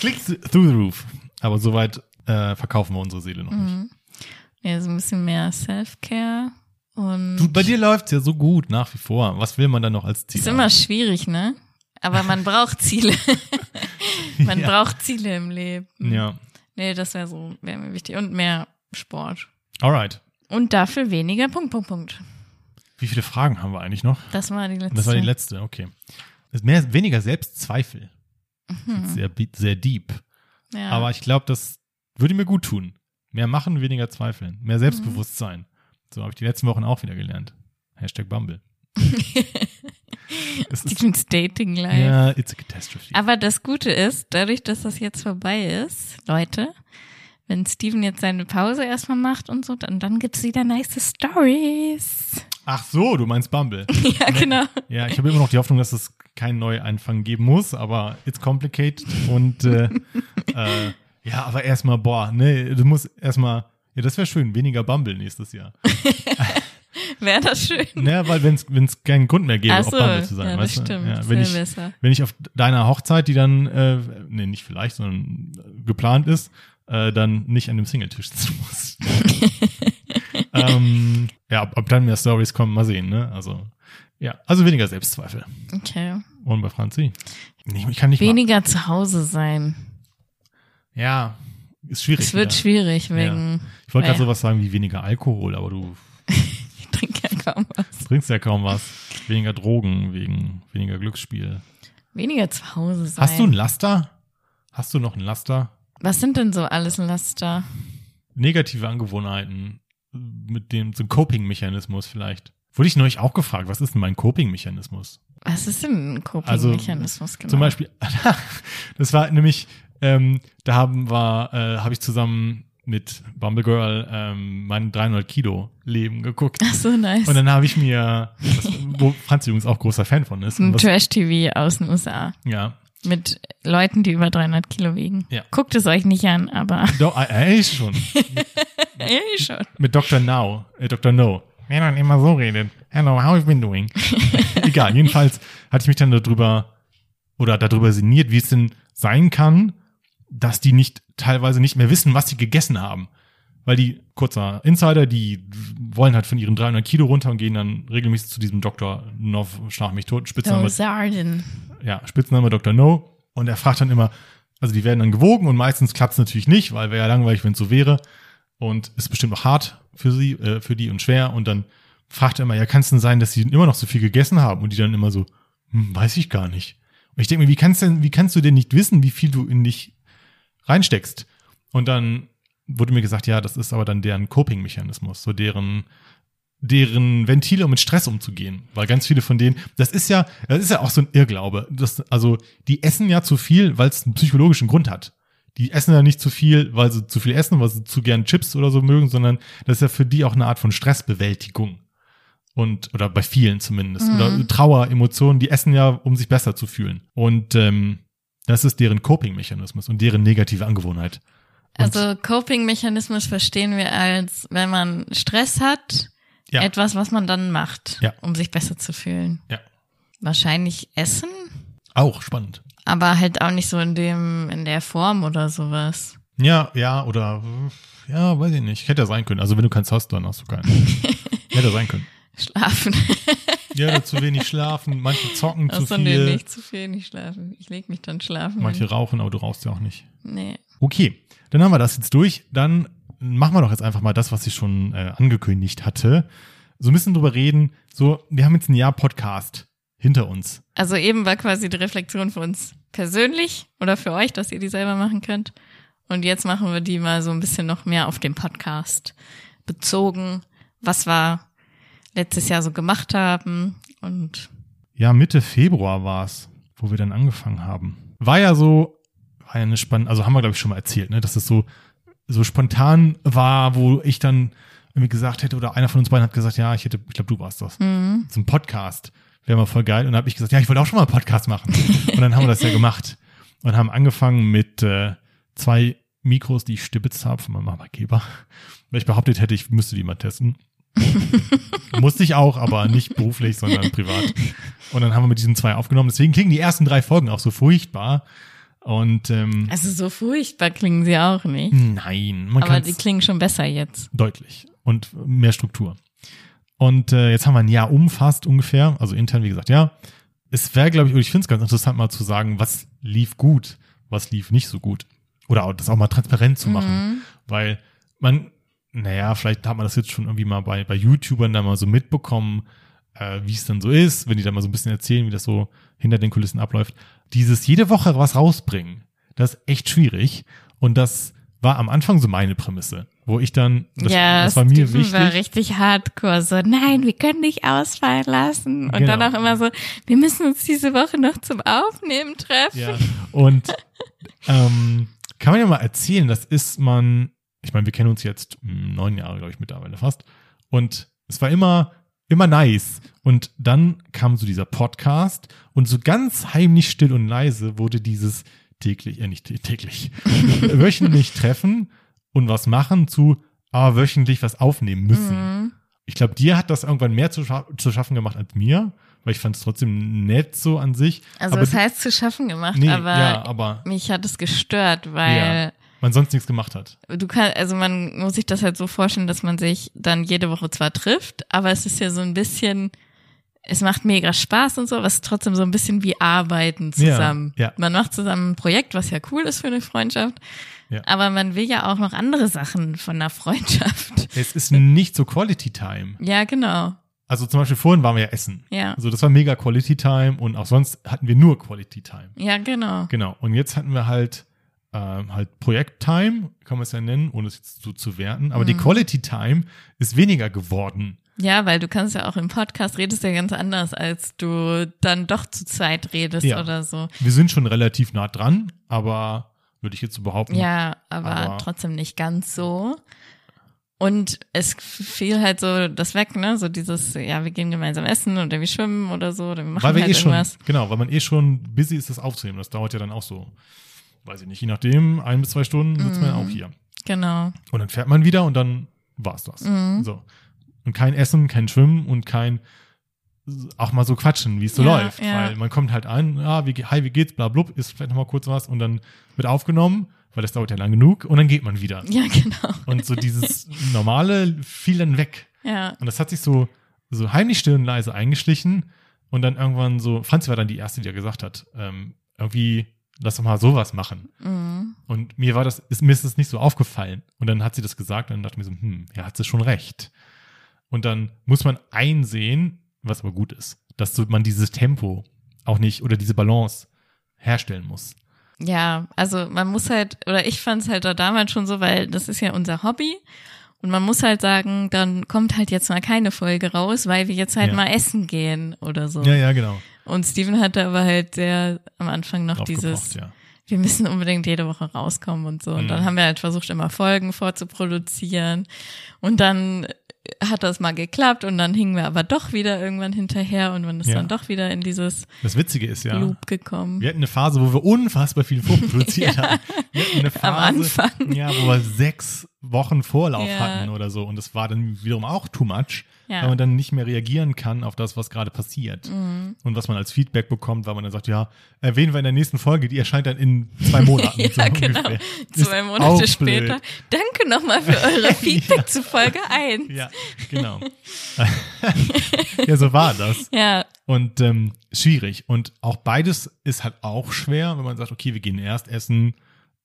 S1: Klicks through the roof. Aber soweit äh, verkaufen wir unsere Seele noch nicht.
S2: ja so ein bisschen mehr Self-Care und
S1: Du, bei dir läuft's ja so gut nach wie vor. Was will man dann noch als Ziel?
S2: ist
S1: haben?
S2: immer schwierig, ne? Aber man braucht
S1: [LAUGHS]
S2: Ziele. man
S1: Ja.
S2: braucht Ziele im Leben.
S1: Ja.
S2: Nee, das wäre so, wäre mir wichtig. Und mehr Sport.
S1: Alright.
S2: Und dafür weniger Punkt, Punkt, Punkt.
S1: Wie viele Fragen haben wir eigentlich noch?
S2: Das war die letzte.
S1: Das war die letzte, okay. Ist mehr, weniger Selbstzweifel. Das
S2: Mhm.
S1: ist Sehr, bi- sehr deep.
S2: Hm, Ja.
S1: Aber ich glaube, das würde mir gut tun. Mehr machen, weniger zweifeln. Mehr
S2: Mhm.
S1: Selbstbewusstsein. So habe ich die letzten Wochen auch wieder gelernt.
S2: [LAUGHS]
S1: Hashtag Bumble. es ist,
S2: Dieses Dating-Life.
S1: ja, it's a catastrophe.
S2: Aber das Gute ist, dadurch, dass das jetzt vorbei ist, Leute, wenn Steven jetzt seine Pause erstmal macht und so, dann, dann gibt's wieder nice Stories.
S1: Ach so, du meinst Bumble.
S2: [LAUGHS]
S1: Ne?
S2: Ja, genau.
S1: ja, ich habe immer noch die Hoffnung, dass es keinen Neuanfang geben muss, aber it's complicated und äh,
S2: [LAUGHS]
S1: äh, ja, aber erstmal, boah, ne, du musst erstmal, ja, das wäre schön, weniger Bumble nächstes
S2: [LAUGHS]
S1: Jahr.
S2: Wäre das schön.
S1: Naja, weil wenn es keinen Grund mehr gäbe,
S2: Ach
S1: auf
S2: so,
S1: Bumble zu sein,
S2: ja, das
S1: weißt
S2: stimmt,
S1: du? Ja,
S2: das
S1: wenn,
S2: wär
S1: ich,
S2: besser.
S1: wenn ich auf deiner Hochzeit, die dann, äh, nee, nicht vielleicht, sondern geplant ist, äh, dann nicht an dem Singletisch [LAUGHS] sitzen
S2: [LAUGHS]
S1: muss. ähm, ja, ob, ob dann mehr Stories kommen, mal sehen, ne? Also, ja, also weniger Selbstzweifel.
S2: Okay.
S1: Und bei Franzi? Ich, ich kann nicht
S2: Weniger zu Hause sein.
S1: Mal, ja, ist schwierig.
S2: Es wird
S1: wieder.
S2: schwierig wegen, [LAUGHS]
S1: Ich wollte
S2: Ja.
S1: gerade sowas sagen wie weniger Alkohol, aber du
S2: ich trinke ja kaum was.
S1: trinkst ja kaum was. Weniger Drogen, wegen weniger Glücksspiel.
S2: Weniger zu Hause sein.
S1: Hast du ein Laster? Hast du noch ein Laster?
S2: was sind denn so alles Laster?
S1: Negative Angewohnheiten äh, mit dem so ein Coping-Mechanismus vielleicht. Wurde ich neulich auch gefragt, was ist denn mein Coping-Mechanismus?
S2: Was ist denn ein
S1: Also,
S2: Coping-Mechanismus genau?
S1: Zum Beispiel, [LAUGHS] das war nämlich, ähm, da haben wir, äh, habe ich zusammen mit Bumble Girl ähm, mein 300 Kilo
S2: [LAUGHS]
S1: Leben geguckt.
S2: Ach so, nice.
S1: Und dann habe ich mir, das, wo Franz übrigens auch großer Fan von ist, und
S2: ein
S1: was,
S2: Trash-TV aus den USA.
S1: ja,
S2: Mit Leuten, die über 300 Kilo wiegen.
S1: Ja.
S2: Guckt es euch nicht an, aber [LAUGHS]
S1: doch, äh, äh, ich schon.
S2: eh schon.
S1: Mit Dr. Now, äh, Dr. No. Wer dann immer so redet. Hello, how have you been doing? Egal, jedenfalls hatte ich mich dann darüber oder darüber sinniert, wie es denn sein kann, dass die nicht teilweise nicht mehr wissen, was sie gegessen haben. Weil die, kurzer Insider, die wollen halt von ihren 300 Kilo runter und gehen dann regelmäßig zu diesem Dr. Nov, schlag mich tot, Spitzname
S2: So Sarden.
S1: ja, Spitzname Dr. No. Und er fragt dann immer, also die werden dann gewogen und meistens klappt's natürlich nicht, weil wäre ja langweilig, wenn es so wäre. Und ist bestimmt auch hart für sie, äh, für die und schwer. Und dann fragt er immer, ja, kann es denn sein, dass sie immer noch so viel gegessen haben? Und die dann immer so, hm, weiß ich gar nicht. Und ich denke mir, wie kannst denn, wie kannst du denn nicht wissen, wie viel du in dich reinsteckst? Und dann wurde mir gesagt, ja, das ist aber dann deren Coping-Mechanismus, so deren deren Ventile, um mit Stress umzugehen. Weil ganz viele von denen, das ist ja, das ist ja auch so ein Irrglaube. Das, also, die essen ja zu viel, weil es einen psychologischen Grund hat. Die essen ja nicht zu viel, weil sie zu viel essen, weil sie zu gern Chips oder so mögen, sondern das ist ja für die auch eine Art von Stressbewältigung. Und, oder bei vielen zumindest.
S2: Mhm.
S1: Oder Trauer, Emotionen, die essen ja, um sich besser zu fühlen. Und ähm, das ist deren Coping-Mechanismus und deren negative Angewohnheit. Und-
S2: Also Coping-Mechanismus verstehen wir als, wenn man Stress hat,
S1: Ja.
S2: etwas, was man dann macht,
S1: Ja.
S2: um sich besser zu fühlen.
S1: Ja.
S2: Wahrscheinlich Essen,
S1: Auch spannend.
S2: aber halt auch nicht so in dem, in der Form oder sowas.
S1: Ja, ja, oder ja, weiß ich nicht. Hätte ja sein können. Also wenn du keins hast, dann hast
S2: [LAUGHS]
S1: du keinen. Hätte sein können. [LAUGHS]
S2: Schlafen.
S1: Ja, oder zu wenig schlafen, manche zocken zu
S2: Achso, nee,
S1: viel,
S2: nicht Mhm. zu viel, nicht schlafen. Ich leg mich dann schlafen.
S1: manche rauchen, aber du rauchst ja auch nicht.
S2: Nee.
S1: Okay, dann haben wir das jetzt durch. Dann machen wir doch jetzt einfach mal das, was ich schon äh, angekündigt hatte. so ein bisschen drüber reden, so, wir haben jetzt ein Jahr Podcast hinter uns.
S2: Also eben war quasi die Reflexion für uns persönlich oder für euch, dass ihr die selber machen könnt. Und jetzt machen wir die mal so ein bisschen noch mehr auf den Podcast bezogen. Was wir letztes Jahr so gemacht haben und
S1: Ja, Mitte Februar war's, wo wir dann angefangen haben. War ja so, war ja eine spannende, also haben wir, glaube ich, schon mal erzählt, ne, dass es so, so spontan war, wo ich dann irgendwie gesagt hätte, oder einer von uns beiden hat gesagt, ja, ich hätte, ich glaube, du warst das.
S2: mhm.
S1: Zum Podcast. Wäre mal voll geil. Und dann habe ich gesagt, ja, ich wollte auch schon mal einen Podcast machen. Und dann haben wir das ja gemacht. Und haben angefangen mit äh, zwei Mikros, die ich stibitzt habe von meinem Arbeitgeber. Weil ich behauptet hätte, ich müsste die
S2: [LAUGHS]
S1: mal testen. Musste ich auch, aber nicht beruflich, sondern privat. Und dann haben wir mit diesen zwei aufgenommen. Deswegen klingen die ersten drei Folgen auch so furchtbar. Und ähm,
S2: also so furchtbar klingen sie auch nicht.
S1: nein, man
S2: Aber
S1: kann
S2: die klingen schon besser jetzt.
S1: deutlich und mehr Struktur. Und äh, jetzt haben wir ein Jahr umfasst ungefähr, also intern, wie gesagt, ja. Es wäre, glaube ich, und ich finde es ganz interessant, mal zu sagen, was lief gut, was lief nicht so gut. Oder auch, das auch mal transparent zu machen.
S2: Mhm.
S1: Weil man, naja, vielleicht hat man das jetzt schon irgendwie mal bei, bei YouTubern da mal so mitbekommen, äh, wie es dann so ist, wenn die da mal so ein bisschen erzählen, wie das so hinter den Kulissen abläuft. Dieses jede Woche was rausbringen, das ist echt schwierig. Und das war am Anfang so meine Prämisse, wo ich dann, das,
S2: ja,
S1: das war mir
S2: Steven
S1: wichtig.
S2: war richtig hardcore. So, nein, wir können dich ausfallen lassen. Und
S1: Genau.
S2: dann auch immer so, wir müssen uns diese Woche noch zum Aufnehmen treffen.
S1: Ja. Und ähm, kann man ja mal erzählen, das ist man, ich meine, wir kennen uns jetzt mh, neun Jahre, glaube ich, mittlerweile fast. Und es war immer, immer nice. Und dann kam so dieser Podcast und so ganz heimlich still und leise wurde dieses täglich, äh, nicht täglich, [LAUGHS] wöchentlich treffen und was machen zu, aber wöchentlich was aufnehmen müssen.
S2: Mhm.
S1: Ich glaube, dir hat das irgendwann mehr zu, scha zu schaffen gemacht als mir, weil ich fand es trotzdem nett so an sich.
S2: Also
S1: aber
S2: das
S1: du-
S2: heißt zu schaffen gemacht,
S1: Nee,
S2: aber
S1: ja, aber
S2: mich hat es gestört, weil
S1: man sonst nichts gemacht hat.
S2: du kannst, also man muss sich das halt so vorstellen, dass man sich dann jede Woche zwar trifft, aber es ist ja so ein bisschen, es macht mega Spaß und so, aber es ist trotzdem so ein bisschen wie Arbeiten
S1: Ja,
S2: zusammen.
S1: ja.
S2: Man macht zusammen ein Projekt, was ja cool ist für eine Freundschaft,
S1: Ja.
S2: aber man will ja auch noch andere Sachen von einer Freundschaft. [LAUGHS]
S1: Es ist nicht so Quality Time.
S2: Ja, genau.
S1: Also zum Beispiel vorhin waren wir ja essen.
S2: Ja.
S1: Also das war mega Quality Time und auch sonst hatten wir nur Quality Time.
S2: Ja, genau.
S1: Genau. Und jetzt hatten wir halt ähm, halt Projekt Time, kann man es ja nennen, ohne es jetzt so zu werten. Aber die
S2: Mhm.
S1: Quality Time ist weniger geworden.
S2: Ja, weil du kannst ja auch im Podcast redest ja ganz anders, als du dann doch zu zweit redest
S1: Ja.
S2: oder so.
S1: Wir sind schon relativ nah dran, aber würde ich jetzt so behaupten.
S2: Ja, aber,
S1: Mhm. Aber-
S2: trotzdem nicht ganz so. Und es fiel halt so das weg, ne? So dieses, ja, wir gehen gemeinsam essen oder wir schwimmen oder so oder wir machen
S1: weil wir
S2: halt
S1: eh schon,
S2: irgendwas.
S1: genau, weil man eh schon busy ist, das aufzunehmen. Das dauert ja dann auch so, weiß ich nicht, je nachdem, ein bis zwei Stunden sitzt man ja
S2: Mhm.
S1: auch hier.
S2: Genau.
S1: Und dann fährt man wieder und dann war's das.
S2: Mhm.
S1: So. Und kein Essen, kein Schwimmen und kein auch mal so quatschen, wie es so
S2: Ja,
S1: läuft.
S2: ja.
S1: Weil man kommt halt an, ah, wie, ge- hi, wie geht's, bla blub, ist vielleicht nochmal kurz was und dann wird aufgenommen, weil das dauert ja lang genug und dann geht man wieder.
S2: Ja, [LAUGHS] genau.
S1: Und so dieses Normale fiel dann weg.
S2: Ja.
S1: Und das hat sich so, so heimlich still und leise eingeschlichen. Und dann irgendwann so, Franzi war dann die Erste, die ja gesagt hat, ähm, irgendwie, lass doch mal sowas machen.
S2: Mhm.
S1: Und mir war das, ist, mir ist es nicht so aufgefallen. Und dann hat sie das gesagt und dann dachte ich mir so, hm, ja, hat sie schon recht. Und dann muss man einsehen, was aber gut ist, dass so man dieses Tempo auch nicht oder diese Balance herstellen muss.
S2: Ja, also man muss halt, oder ich fand es halt da damals schon so, weil das ist ja unser Hobby. Und man muss halt sagen, dann kommt halt jetzt mal keine Folge raus, weil wir jetzt halt
S1: Ja.
S2: mal essen gehen oder so.
S1: Ja, ja, genau.
S2: Und Steven hatte aber halt sehr am Anfang noch
S1: Drauf
S2: dieses,
S1: gepocht, ja.
S2: wir müssen unbedingt jede Woche rauskommen und so. Und dann
S1: Mhm.
S2: haben wir halt versucht, immer Folgen vorzuproduzieren. Und dann hat das mal geklappt und dann hingen wir aber doch wieder irgendwann hinterher und man ist
S1: Ja.
S2: dann doch wieder in dieses
S1: Das Witzige ist ja,
S2: Loop gekommen.
S1: wir hatten eine Phase, wo wir unfassbar
S2: [LAUGHS]
S1: viel vorproduziert
S2: Ja.
S1: haben. Wir hatten eine Phase,
S2: Anfang.
S1: Ja, wo wir sechs Wochen Vorlauf
S2: Ja.
S1: hatten oder so. Und das war dann wiederum auch too much,
S2: Ja.
S1: weil man dann nicht mehr reagieren kann auf das, was gerade passiert.
S2: Mhm.
S1: und was man als Feedback bekommt, weil man dann sagt, ja, erwähnen wir in der nächsten Folge, die erscheint dann in zwei
S2: [LAUGHS]
S1: Monaten.
S2: Ja,
S1: so
S2: genau.
S1: ungefähr.
S2: Zwei
S1: Ist auch
S2: Monate
S1: blöd.
S2: später. Danke nochmal für
S1: [LAUGHS]
S2: eure Feedback zu Folge 1. Ja.
S1: Ja, genau. [LAUGHS] ja, so war das. Und ähm, schwierig. Und auch beides ist halt auch schwer, wenn man sagt, okay, wir gehen erst essen,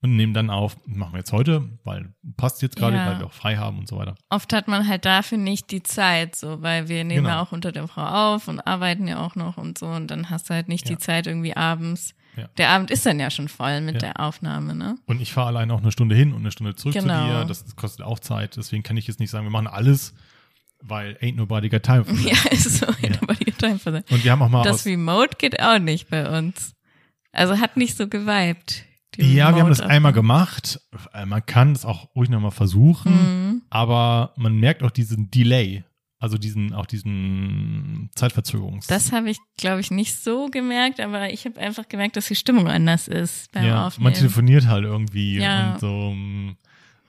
S1: und nehmen dann auf, machen wir jetzt heute, weil passt jetzt gerade,
S2: Ja.
S1: weil wir auch frei haben und so weiter.
S2: Oft hat man halt dafür nicht die Zeit, so, weil wir nehmen
S1: Genau.
S2: ja auch unter der Frau auf und arbeiten ja auch noch und so und dann hast du halt nicht
S1: Ja.
S2: die Zeit irgendwie abends.
S1: Ja.
S2: Der Abend ist dann ja schon voll mit
S1: Ja.
S2: der Aufnahme, ne?
S1: Und ich fahre allein auch eine Stunde hin und eine Stunde zurück zu
S2: Genau.
S1: dir. Das kostet auch Zeit. Deswegen kann ich jetzt nicht sagen, wir machen alles, weil ain't nobody got time for that.
S2: [LAUGHS] Ja, also, ist so
S1: Ja.
S2: nobody got time for that.
S1: Und wir haben auch mal aus,
S2: Das Remote geht auch nicht bei uns. Also hat nicht so geweibt. die
S1: Ja, wir haben das
S2: Remote-Aufnahme.
S1: einmal gemacht. Äh, Man kann das auch ruhig nochmal versuchen,
S2: Mhm.
S1: aber man merkt auch diesen Delay, also diesen, auch diesen Zeitverzögerungs.
S2: Das habe ich, glaube ich, nicht so gemerkt, aber ich habe einfach gemerkt, dass die Stimmung anders ist beim
S1: ja, man
S2: Aufnehmen.
S1: telefoniert halt irgendwie
S2: Ja.
S1: und so, mm,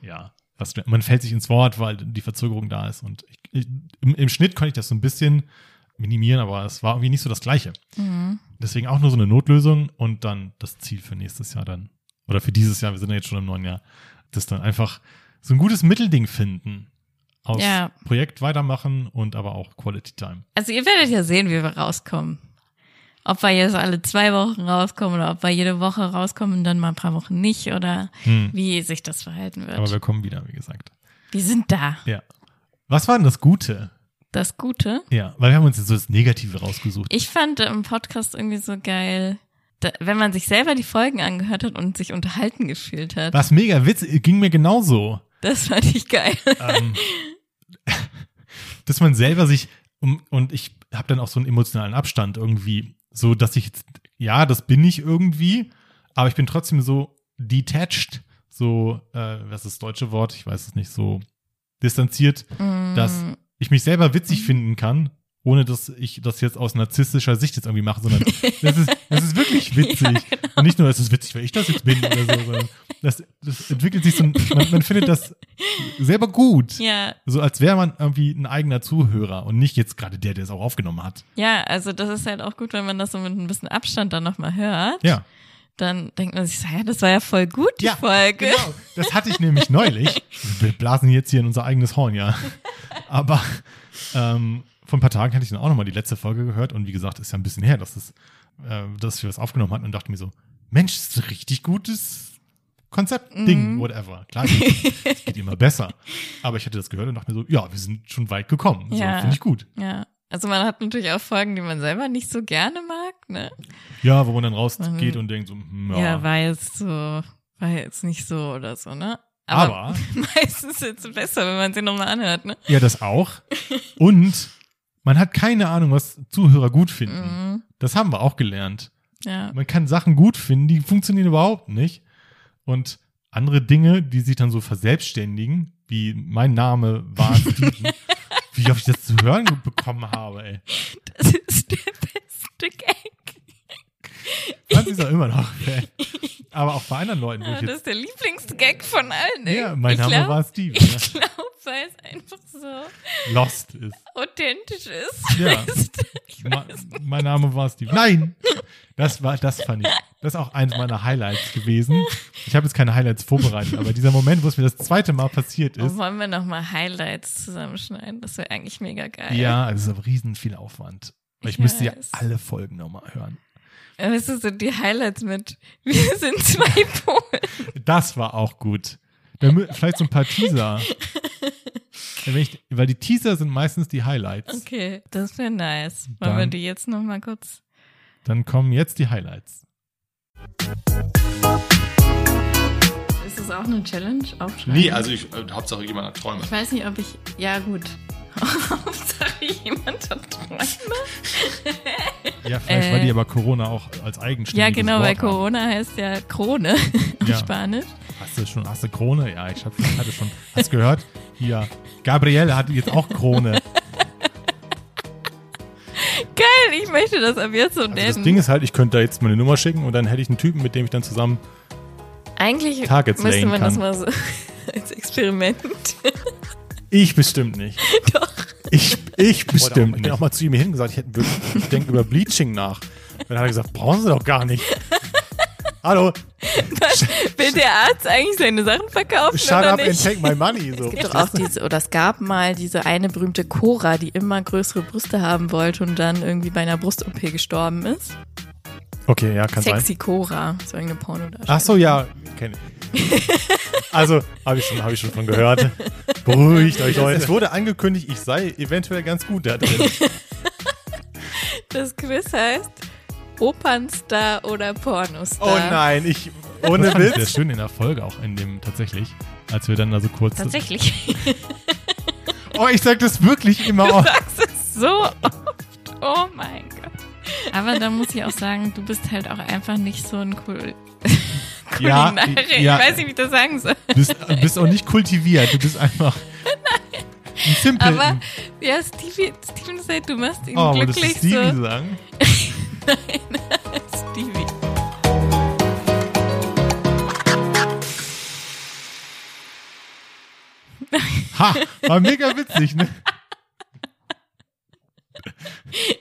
S1: ja, was, man fällt sich ins Wort, weil die Verzögerung da ist. Und ich, ich, im, im Schnitt konnte ich das so ein bisschen minimieren, aber es war irgendwie nicht so das Gleiche.
S2: Mhm.
S1: Deswegen auch nur so eine Notlösung und dann das Ziel für nächstes Jahr dann. Oder für dieses Jahr, wir sind ja jetzt schon im neuen Jahr, das dann einfach so ein gutes Mittelding finden. Aus
S2: Ja.
S1: Projekt weitermachen und aber auch Quality Time.
S2: Also ihr werdet ja sehen, wie wir rauskommen. Ob wir jetzt alle zwei Wochen rauskommen oder ob wir jede Woche rauskommen und dann mal ein paar Wochen nicht oder
S1: Hm.
S2: wie sich das verhalten
S1: Aber
S2: wird.
S1: wir kommen wieder, wie gesagt.
S2: wir sind da.
S1: Ja. Was war denn das Gute?
S2: Das Gute.
S1: Ja, weil wir haben uns jetzt so das Negative rausgesucht.
S2: Ich fand im Podcast irgendwie so geil, da, wenn man sich selber die Folgen angehört hat und sich unterhalten gefühlt hat.
S1: Was mega witzig, ging mir genauso.
S2: Das fand ich geil.
S1: ähm, dass man selber sich um, und ich habe dann auch so einen emotionalen Abstand irgendwie, so dass ich jetzt, ja, das bin ich irgendwie, aber ich bin trotzdem so detached, so, äh, was ist das deutsche Wort? Ich weiß es nicht, so distanziert, [LAUGHS] Das-
S2: Mm,
S1: ich mich selber witzig finden kann, ohne dass ich das jetzt aus narzisstischer Sicht jetzt irgendwie mache, sondern das ist, das ist wirklich witzig.
S2: [LAUGHS] Ja, genau.
S1: Und nicht nur, es ist witzig, weil ich das jetzt bin oder so, sondern das, das entwickelt sich so, ein, man, man findet das selber gut.
S2: Ja,
S1: So als wäre man irgendwie ein eigener Zuhörer und nicht jetzt gerade der, der es auch aufgenommen hat.
S2: ja, also das ist halt auch gut, wenn man das so mit ein bisschen Abstand dann nochmal hört.
S1: Ja.
S2: Dann denkt man sich so, ja, das war ja voll gut, die
S1: Ja,
S2: Folge.
S1: Genau. Das hatte ich nämlich neulich. Wir blasen jetzt hier in unser eigenes Horn, ja. Aber ähm, vor ein paar Tagen hatte ich dann auch nochmal die letzte Folge gehört und wie gesagt, ist ja ein bisschen her, dass, es, äh, dass wir das aufgenommen hatten und dachte mir so, Mensch, das ist ein richtig gutes Konzept,
S2: Mhm.
S1: Ding, whatever. Klar, es geht immer besser. Aber ich hatte das gehört und dachte mir so, ja, wir sind schon weit gekommen. So,
S2: Ja.
S1: Finde ich gut.
S2: Ja. Also man hat natürlich auch Folgen, die man selber nicht so gerne mag, ne?
S1: Ja, wo man dann rausgeht
S2: Mhm.
S1: und denkt so, hm,
S2: Ja,
S1: ja.
S2: war jetzt so, war jetzt nicht so oder so, ne?
S1: aber
S2: [LAUGHS] meistens ist es besser, wenn man sie nochmal anhört, ne?
S1: Ja, das auch. Und man hat keine Ahnung, was Zuhörer gut finden.
S2: Mhm.
S1: Das haben wir auch gelernt.
S2: Ja.
S1: Man kann Sachen gut finden, die funktionieren überhaupt nicht. Und andere Dinge, die sich dann so verselbstständigen, wie mein Name war
S2: [LAUGHS]
S1: Steven, wie oft ich das zu hören bekommen habe, ey.
S2: Das ist der beste Gag.
S1: Fand ich auch immer noch. Ey. Aber auch bei anderen Leuten, wo
S2: Ja,
S1: ich
S2: das
S1: jetzt,
S2: ist der Lieblingsgag von allen. ey.
S1: ja, mein
S2: ich
S1: Name
S2: glaub,
S1: war Steven, ja.
S2: [LAUGHS] Ich glaube, weil es einfach so
S1: Lost ist.
S2: authentisch ist. [LAUGHS]
S1: Ja.
S2: Weißt du? Ich
S1: Ma
S2: weiß nicht.
S1: mein Name war Steve. Nein! Das war, das fand ich. Das ist auch eins meiner Highlights gewesen. Ich habe jetzt keine Highlights vorbereitet, aber dieser Moment, wo es mir das zweite Mal passiert
S2: Oh,
S1: ist,
S2: wollen wir nochmal Highlights zusammenschneiden? Das wäre eigentlich mega geil.
S1: ja, also es ist aber riesen viel Aufwand. Weil ich,
S2: Ich
S1: müsste ja
S2: weiß.
S1: alle Folgen nochmal hören.
S2: Aber es sind die Highlights mit [LAUGHS] Wir sind zwei Polen.
S1: Das war auch gut. Da mü- Vielleicht so ein
S2: [LAUGHS]
S1: paar Teaser. Wenn ich, weil die Teaser sind meistens die Highlights.
S2: Okay, das wäre nice. Wollen wir
S1: Dann-
S2: die jetzt nochmal kurz.
S1: Dann kommen jetzt die Highlights.
S2: Ist das auch eine Challenge? Aufschreiben?
S1: also ich, äh, Hauptsache jemand hat Träume.
S2: Ich weiß nicht, ob ich. Ja, gut. [LAUGHS] Hauptsache jemand hat Träume.
S1: Ja, vielleicht weil
S2: Äh.
S1: die aber Corona auch als eigenständiges
S2: Ja, genau,
S1: Wort
S2: weil
S1: haben.
S2: Corona heißt ja Krone [LAUGHS] auf
S1: Ja.
S2: Spanisch.
S1: Hast du schon, hast du Krone? Ja, ich hab, hatte schon. Hast du gehört? Hier. Gabriele hat jetzt auch Krone.
S2: Geil, ich möchte das ab jetzt so
S1: Also das
S2: nennen.
S1: Ding ist halt, ich könnte da jetzt meine Nummer schicken und dann hätte ich einen Typen, mit dem ich dann zusammen.
S2: Eigentlich
S1: Targets
S2: müsste
S1: lane
S2: man das
S1: kann.
S2: mal so [LAUGHS] als Experiment.
S1: Ich
S3: [LAUGHS]
S1: bestimmt nicht.
S2: Doch.
S1: Ich, ich
S3: Stimmt.
S1: bestimmt
S3: Ich bin auch
S1: nicht.
S3: mal zu ihm hingesagt, ich, hätte wirklich- ich denke über Bleaching nach. Dann hat er gesagt, brauchen Sie doch gar
S1: [LAUGHS]
S3: nicht. Hallo,
S2: Will der Arzt eigentlich seine Sachen verkaufen
S3: shut
S2: oder
S3: up and
S2: nicht?
S3: take my money. So.
S2: Es gibt doch auch diese, oder es gab mal diese eine berühmte Cora, die immer größere Brüste haben wollte und dann irgendwie bei einer Brust-OP gestorben ist.
S3: Okay, ja, kann sein.
S2: Sexy Cora, so irgendeine porno
S3: Ach so, ja, kenne ich. Also, habe ich, schon- hab ich schon von gehört. Beruhigt euch, Leute. Es wurde angekündigt, ich sei eventuell ganz gut da drin.
S2: Das Quiz heißt Opernstar oder Pornostar.
S3: [LAUGHS] Oh nein, ich, ohne
S1: Das ist sehr
S3: Witz.
S1: schön in der Folge auch in dem tatsächlich, als wir dann da so kurz.
S2: Tatsächlich.
S1: Oh, ich sag das
S3: [LAUGHS]
S1: wirklich immer.
S2: Du
S1: auch.
S2: sagst es [LAUGHS] so oft. Oh mein Gott. Aber da muss ich auch sagen, du bist halt auch einfach nicht so ein cool.
S1: [LAUGHS] Ja,
S2: Kulinarier.
S1: ja.
S2: Ich weiß nicht, wie ich das sagen
S1: [LAUGHS]
S2: soll.
S1: Du bist, du bist auch nicht kultiviert, du bist einfach ein Simpel.
S2: Aber ja, Stevie, Steven sagt, du machst ihn
S1: oh, wolltest du
S2: glücklich
S1: Stevie
S2: so.
S1: sagen?
S2: Stevie.
S1: Ha, war mega witzig, ne?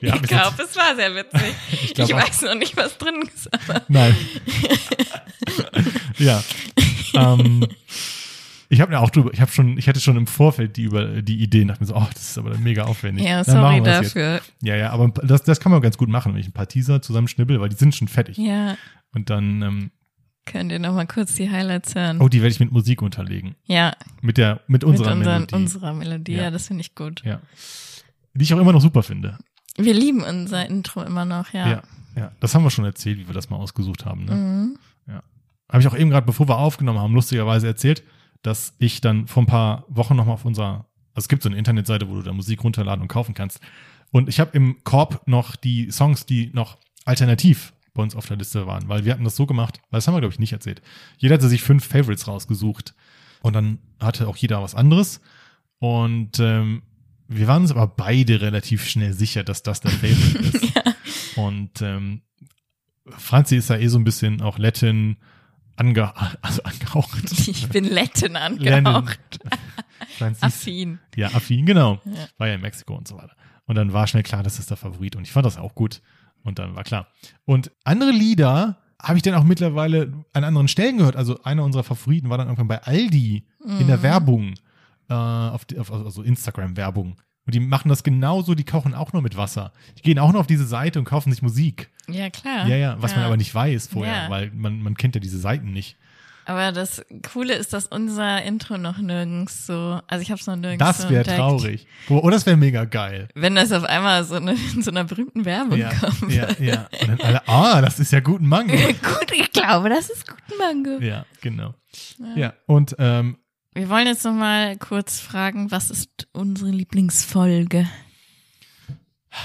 S1: Wir haben
S2: ich
S1: es jetzt-
S2: glaube, es war sehr witzig.
S1: [LAUGHS] ich
S2: Ich,
S1: glaub auch.
S2: weiß noch nicht, was drin ist, aber
S1: Nein. ja. Ähm, ich habe mir auch drüber, ich habe schon, ich hatte schon im Vorfeld die über die Ideen, dachte mir so, oh, das ist aber dann mega aufwendig.
S2: ja,
S1: Dann
S2: sorry
S1: machen wir es jetzt.
S2: dafür.
S1: Ja, ja, aber das, das kann man ganz gut machen, wenn ich ein paar Teaser zusammenschnibbel, weil die sind schon fertig.
S2: Ja,
S1: Und dann, ähm,
S2: könnt ihr nochmal kurz die Highlights hören.
S1: oh, die werde ich mit Musik unterlegen.
S2: Ja,
S1: Mit der, mit unserer
S2: mit unseren,
S1: Melodie.
S2: unserer Melodie. Ja,
S1: Ja.
S2: das finde ich gut.
S1: Ja. Die ich auch immer noch super finde.
S2: Wir lieben unser Intro immer noch, ja.
S1: Ja. Ja, das haben wir schon erzählt, wie wir das mal ausgesucht haben. Ne?
S2: Mhm. [LAUGHS]
S1: Habe ich auch eben gerade, bevor wir aufgenommen haben, lustigerweise erzählt, dass ich dann vor ein paar Wochen nochmal auf unserer, also es gibt so eine Internetseite, wo du da Musik runterladen und kaufen kannst. Und ich habe im Korb noch die Songs, die noch alternativ bei uns auf der Liste waren, weil wir hatten das so gemacht, weil das haben wir, glaube ich, nicht erzählt. Jeder hatte sich fünf Favorites rausgesucht und dann hatte auch jeder was anderes. Und ähm, wir waren uns aber beide relativ schnell sicher, dass das der Favorite ist. Und ähm, Franzi ist ja eh so ein bisschen auch Lettin ange [LAUGHS] also angehaucht.
S2: Ich bin
S1: [LAUGHS]
S2: Lettin [LAUGHS]
S1: Lennon.
S2: angehaucht.
S1: Franzi ist-
S2: Genau. Affin.
S1: Ja, affin, genau.
S2: Ja.
S1: War ja in Mexiko und so weiter. Und dann war schnell klar, das ist der Favorit. Und ich fand das auch gut. Und dann war klar. Und andere Lieder habe ich dann auch mittlerweile an anderen Stellen gehört. Also einer unserer Favoriten war dann irgendwann bei Aldi in der
S2: Mhm.
S1: Werbung, äh, auf, die- auf also Instagram-Werbung. Und die machen das genauso, die kochen auch nur mit Wasser. Die gehen auch nur auf diese Seite und kaufen sich Musik.
S2: Ah, Ja, klar.
S1: Ja, ja, was man aber nicht weiß vorher,
S2: Ja.
S1: weil man, man kennt ja diese Seiten nicht.
S2: Aber das Coole ist, dass unser Intro noch nirgends so, also ich habe es noch nirgends so
S1: Das wäre
S2: entdeckt.
S1: traurig. Boah, oh, das wäre mega geil.
S2: Wenn das auf einmal so eine, [LAUGHS] in so einer berühmten Werbung
S1: Ja,
S2: kommt. [LAUGHS]
S1: ja, ja. Und dann alle, ah, das ist ja guten Mango.
S2: Gut, ich glaube, das ist gut, Mango.
S1: ja, genau. Ja, und ähm,
S2: Wir wollen jetzt noch mal kurz fragen, was ist unsere Lieblingsfolge?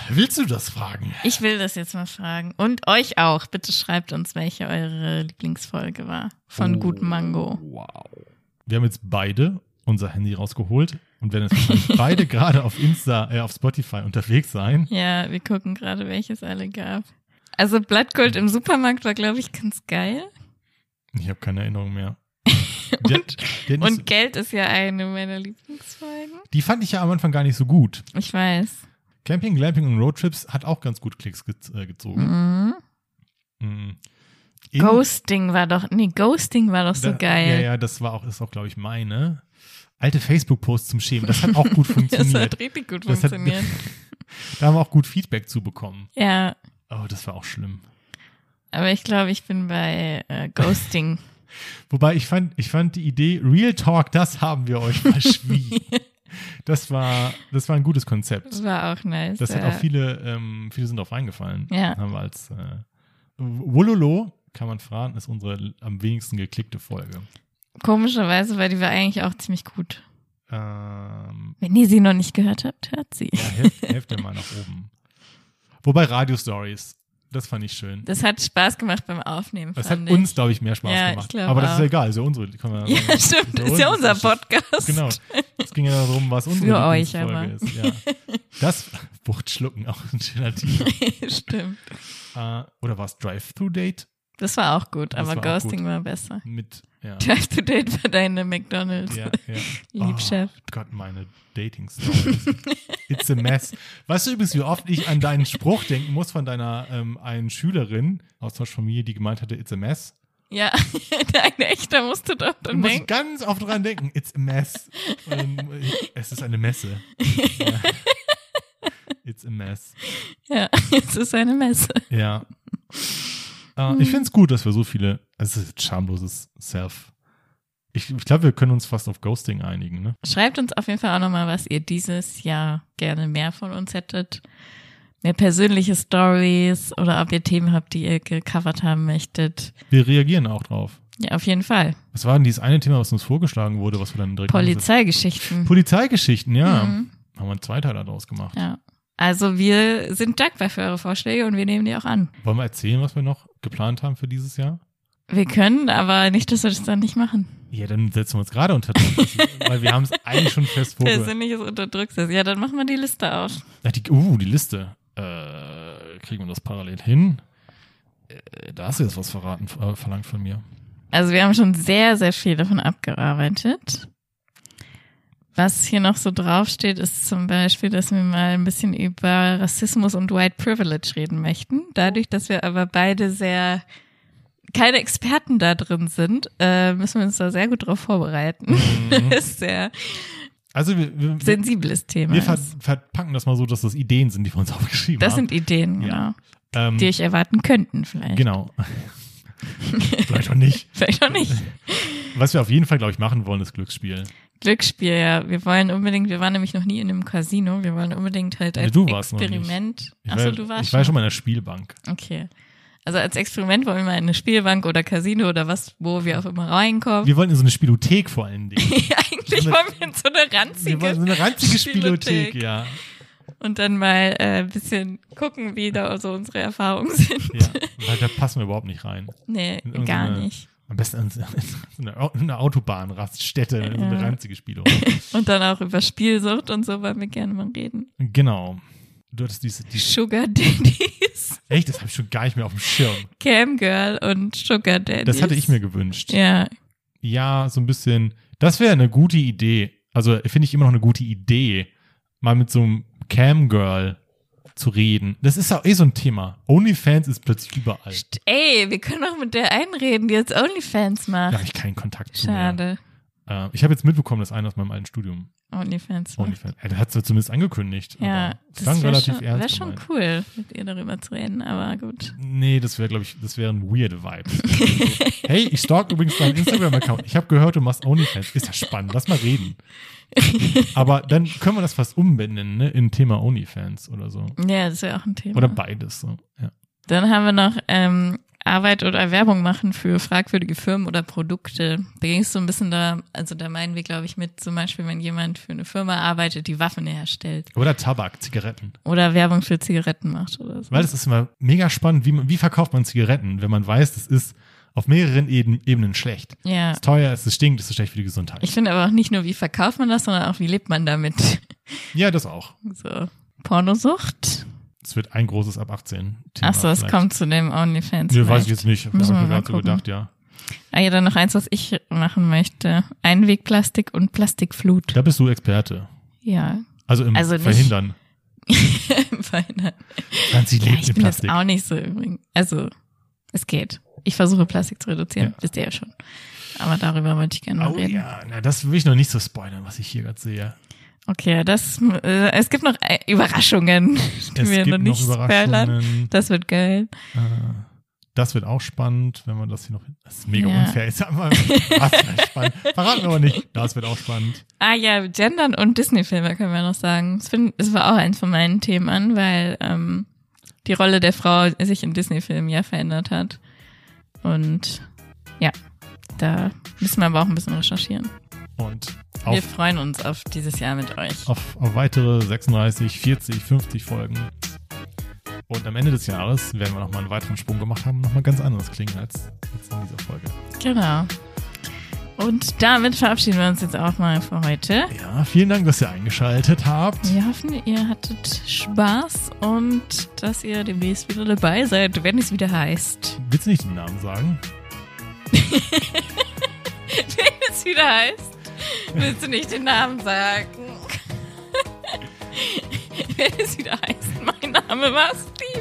S1: willst du das fragen?
S2: Ich will das jetzt mal fragen. Und euch auch. Bitte schreibt uns, welche eure Lieblingsfolge war von Gut Mango.
S1: Oh, Wow. Wir haben jetzt beide unser Handy rausgeholt und werden jetzt
S2: [LAUGHS]
S1: wahrscheinlich beide gerade auf Insta, äh, auf Spotify unterwegs sein.
S2: Ja, wir gucken gerade, welches alle gab. Also Blattgold im Supermarkt war, glaube ich, ganz geil.
S1: Ich habe keine Erinnerung mehr. Die, hat- die, hat nicht so,
S2: Und Geld ist ja eine meiner Lieblingsfolgen.
S1: die fand ich ja am Anfang gar nicht so gut.
S2: Ich weiß.
S1: Camping, Glamping und Roadtrips hat auch ganz gut Klicks gez- äh, gezogen.
S2: Mhm.
S1: Mhm. In-
S2: Ghosting war doch, nee, Ghosting war doch so
S1: Da- Ja,
S2: geil.
S1: ja, das war auch, ist auch, glaube ich, meine. Alte Facebook-Posts zum Schämen, das hat
S2: [LAUGHS]
S1: auch gut
S2: [LAUGHS] Das
S1: funktioniert.
S2: hat richtig gut
S1: Das hat-
S2: funktioniert.
S1: da haben wir auch gut Feedback zu bekommen.
S2: Ja,
S1: Oh, das war auch schlimm.
S2: aber ich glaube, ich bin bei äh,
S1: [LAUGHS]
S2: Ghosting.
S1: Wobei ich fand, ich fand die Idee, Real Talk, das haben wir euch
S2: [LAUGHS]
S1: verschwiegen. das war, das war ein gutes Konzept.
S2: Das war auch nice.
S1: Das hat
S2: ja.
S1: auch viele, ähm, viele sind drauf reingefallen.
S2: Ja.
S1: Haben wir als äh, Wololo, kann man fragen, ist unsere am wenigsten geklickte Folge.
S2: Komischerweise war die war eigentlich auch ziemlich gut.
S1: Ähm,
S2: Wenn ihr sie noch nicht gehört habt, hört sie.
S1: ja,
S2: [LAUGHS]
S1: helft, helft mir mal nach oben. Wobei Radio Stories, das fand ich schön.
S2: Das hat Spaß gemacht beim Aufnehmen.
S1: Das hat
S2: fand ich.
S1: uns, glaube ich, mehr Spaß
S2: Ja, ich
S1: gemacht.
S2: glaub
S1: Aber das ist ja
S2: auch.
S1: egal, ist ja unsere. Kann man
S2: [LAUGHS]
S1: [LAUGHS]
S2: Ja,
S1: sagen.
S2: stimmt.
S1: Für
S2: Ist ja
S1: uns
S2: unser
S1: ist das-
S2: Podcast.
S1: Genau. Es ging ja darum, was unsere
S2: Für euch
S1: Lieblingsfolge
S2: aber.
S1: ist. Ja. Das [LAUGHS] Bucht schlucken, auch ein schöner Titel.
S2: [LAUGHS] stimmt.
S1: äh, oder war es Drive-Thru-Date?
S2: Das war auch gut,
S1: Das
S2: aber
S1: war auch
S2: Ghosting
S1: gut.
S2: war besser.
S1: Mit, ja.
S2: Drive to Date war deine McDonalds.
S1: ja, ja.
S2: Liebschaft.
S1: Oh Gott, meine Dating-Stories. It's a mess. Weißt du übrigens, wie oft ich an deinen Spruch denken muss von deiner ähm, einen Schülerin aus der Familie, die gemeint hatte, it's a mess?
S2: [LAUGHS] Ja, [LAUGHS] dein echter musste doch
S1: Da
S2: dann
S1: muss ich
S2: denken.
S1: ganz oft dran denken. It's a mess. ähm, es ist eine Messe. Ja. It's a mess.
S2: [LAUGHS] Ja, es ist eine Messe.
S1: Ja. Äh, Ich finde es gut, dass wir so viele, also es ist schamloses Self. Ich, ich glaube, wir können uns fast auf Ghosting einigen, ne?
S2: Schreibt uns auf jeden Fall auch nochmal, was ihr dieses Jahr gerne mehr von uns hättet. Mehr persönliche Stories oder ob ihr Themen habt, die ihr gecovert haben möchtet.
S1: Wir reagieren auch drauf.
S2: Ja, auf jeden Fall.
S1: Was war denn dieses eine Thema, was uns vorgeschlagen wurde, was wir dann direkt
S2: Polizeigeschichten.
S1: Polizeigeschichten, ja.
S2: Mhm.
S1: Haben wir einen Zweiteiler draus gemacht.
S2: Ja. Also wir sind dankbar für eure Vorschläge und wir nehmen die auch an.
S1: Wollen wir erzählen, was wir noch geplant haben für dieses Jahr?
S2: Wir können, aber nicht, dass wir das dann nicht machen.
S1: Ja, dann setzen wir uns gerade unter Druck, [LAUGHS] weil wir haben es eigentlich schon fest vorbereitet.
S2: Persönliches Unterdrücktes. Ja, dann machen wir die Liste auf.
S1: Ja, die, uh, die Liste. Äh, kriegen wir das parallel hin? Äh, da hast du jetzt was verraten, äh, verlangt von mir.
S2: Also wir haben schon sehr, sehr viel davon abgearbeitet. Was hier noch so draufsteht, ist zum Beispiel, dass wir mal ein bisschen über Rassismus und White Privilege reden möchten. Dadurch, dass wir aber beide sehr keine Experten da drin sind, äh, müssen wir uns da sehr gut drauf vorbereiten.
S1: Mhm.
S2: Das [LAUGHS] ist sehr
S1: Also wir, wir, wir,
S2: sensibles Thema.
S1: wir ver
S2: ist.
S1: verpacken das mal so, dass das Ideen sind, die wir uns [LAUGHS] aufgeschrieben
S2: Das
S1: haben.
S2: sind Ideen,
S1: Ja.
S2: ja.
S1: ähm,
S2: die ich erwarten könnten vielleicht.
S1: Genau. [LAUGHS] Vielleicht auch nicht.
S2: [LAUGHS] Vielleicht auch nicht.
S1: Was wir auf jeden Fall, glaube ich, machen wollen, ist Glücksspiel.
S2: Glücksspiel, ja. Wir wollen unbedingt, wir waren nämlich noch nie in einem Casino, wir wollen unbedingt halt
S1: Nee,
S2: als
S1: du warst noch nicht.
S2: Experiment.
S1: Ich
S2: Achso,
S1: war,
S2: du warst Oh.
S1: ich war schon mal in der Spielbank.
S2: Okay. Also als Experiment wollen wir mal in eine Spielbank oder Casino oder was, wo wir auch immer reinkommen. [LAUGHS]
S1: Wir wollen in so eine Spielothek vor allen Dingen.
S2: Eigentlich
S1: so eine-
S2: wollen wir in so eine ranzige
S1: Wir wollen so eine
S2: [LAUGHS]
S1: ranzige
S2: Spielothek.
S1: Spielothek, ja.
S2: und dann mal äh, ein bisschen gucken, wie da so unsere Erfahrungen sind. [LAUGHS]
S1: ja. Weil da passen wir überhaupt nicht rein.
S2: Nee,
S1: In
S2: gar
S1: irgendeine-
S2: nicht.
S1: Am besten in so einer Au- in einer Autobahnraststätte, so eine
S2: Ja.
S1: ranzige Spielo.
S2: Und dann auch über Spielsucht und so wollen wir gerne mal reden.
S1: genau. Du hattest diese, die,
S2: Sugar Daddies, [LAUGHS]
S1: echt, das habe ich schon gar nicht mehr auf dem Schirm.
S2: Cam Girl und Sugar Daddies.
S1: Das hatte ich mir gewünscht.
S2: Ja,
S1: ja, so ein bisschen, das wäre eine gute Idee. Also finde ich immer noch eine gute Idee, mal mit so einem Cam-Girl zu reden. Das ist ja eh so ein Thema. OnlyFans ist plötzlich überall.
S2: St- Ey, wir können auch mit der einreden, die jetzt OnlyFans
S1: Da
S2: macht.
S1: habe ich keinen Kontakt zu mehr.
S2: Schade.
S1: Äh, ich habe jetzt mitbekommen, dass einer aus meinem alten Studium
S2: OnlyFans. macht.
S1: OnlyFans, äh, ja, der hat es zumindest angekündigt.
S2: Ja,
S1: aber es
S2: das
S1: klang
S2: wäre
S1: relativ
S2: schon, wär
S1: ernst
S2: schon
S1: gemeint.
S2: cool, mit ihr darüber zu reden, aber
S1: [LAUGHS]
S2: gut.
S1: Nee, das wäre, glaube ich, das wäre ein weird
S2: [LAUGHS]
S1: Vibe. so, hey, ich stalk übrigens deinen Instagram-Account. Ich habe gehört, du machst OnlyFans. Ist ja spannend, lass mal reden. Aber dann können wir das fast umbenennen, ne? In Thema OnlyFans oder so.
S2: Ja, das wäre auch ein Thema.
S1: Oder beides so. Ja.
S2: Dann haben wir noch ähm, Arbeit oder Werbung machen für fragwürdige Firmen oder Produkte. Da ging es so ein bisschen da, also da meinen wir, glaube ich, mit zum Beispiel, wenn jemand für eine Firma arbeitet, die Waffen herstellt
S1: Oder Tabak, Zigaretten.
S2: oder Werbung für Zigaretten macht oder so.
S1: Weil das ist immer mega spannend, wie, man, wie verkauft man Zigaretten, wenn man weiß, das ist auf mehreren Eben, Ebenen schlecht.
S2: Ja.
S1: Es ist teuer, es ist stinkt, es ist schlecht für die Gesundheit.
S2: Ich finde aber auch nicht nur, wie verkauft man das, sondern auch, wie lebt man damit. [LAUGHS]
S1: ja, das auch.
S2: So. Pornosucht.
S1: Es wird ein großes ab 18 Thema.
S2: Achso, es
S1: vielleicht.
S2: kommt zu dem OnlyFans.
S1: Nö, weiß
S2: vielleicht.
S1: ich jetzt nicht. Hab ich
S2: Müssen
S1: mir
S2: wir mal
S1: gerade so
S2: gucken.
S1: gedacht, ja.
S2: Ah ja, dann noch eins, was ich machen möchte. Einwegplastik und Plastikflut.
S1: Da bist du Experte.
S2: Ja.
S1: [LAUGHS] Also im
S2: Also nicht-
S1: Verhindern.
S2: Feiner.
S1: Franzi
S2: ja
S1: lebt
S2: ich
S1: in
S2: bin jetzt
S1: Plastik.
S2: auch nicht so übrigens. Also, es geht. Ich versuche Plastik zu reduzieren.
S1: Ja.
S2: Wisst ihr ja schon. Aber darüber wollte ich gerne mal
S1: Oh
S2: reden.
S1: ja, na, das will ich noch nicht so spoilern, was ich hier gerade sehe.
S2: Okay, das, äh, es gibt noch äh, Überraschungen, [LAUGHS] die
S1: Es
S2: wir
S1: gibt
S2: noch nicht spoilern.
S1: Überraschungen.
S2: Das wird geil.
S1: Äh, Das wird auch spannend, wenn man das hier noch. Das ist mega
S2: Ja.
S1: unfair. Jetzt haben wir, das wird
S2: [LAUGHS]
S1: spannend. Verraten wir aber nicht. Das wird auch spannend.
S2: Ah ja, Gendern und Disney-Filme können wir noch sagen. Das, find, das war auch eins von meinen Themen an, weil ähm, die Rolle der Frau sich in Disney-Filmen ja verändert hat. Und ja, da müssen wir aber auch ein bisschen recherchieren.
S1: Und
S2: wir
S1: auf,
S2: freuen uns auf dieses Jahr mit euch.
S1: auf, auf weitere 36, 40, 50 Folgen. Und am Ende des Jahres werden wir nochmal einen weiteren Sprung gemacht haben und nochmal ganz anders klingen als jetzt in dieser Folge.
S2: Genau. Und damit verabschieden wir uns jetzt auch mal für heute.
S1: Ja, vielen Dank, dass ihr eingeschaltet habt.
S2: Wir hoffen, ihr hattet Spaß und dass ihr demnächst wieder dabei seid, wenn es wieder heißt.
S1: Willst du nicht den Namen sagen?
S2: Wenn [LAUGHS] es wieder heißt, willst du nicht den Namen [LAUGHS] sagen. Wenn es wieder heißt, mein Name war Steve.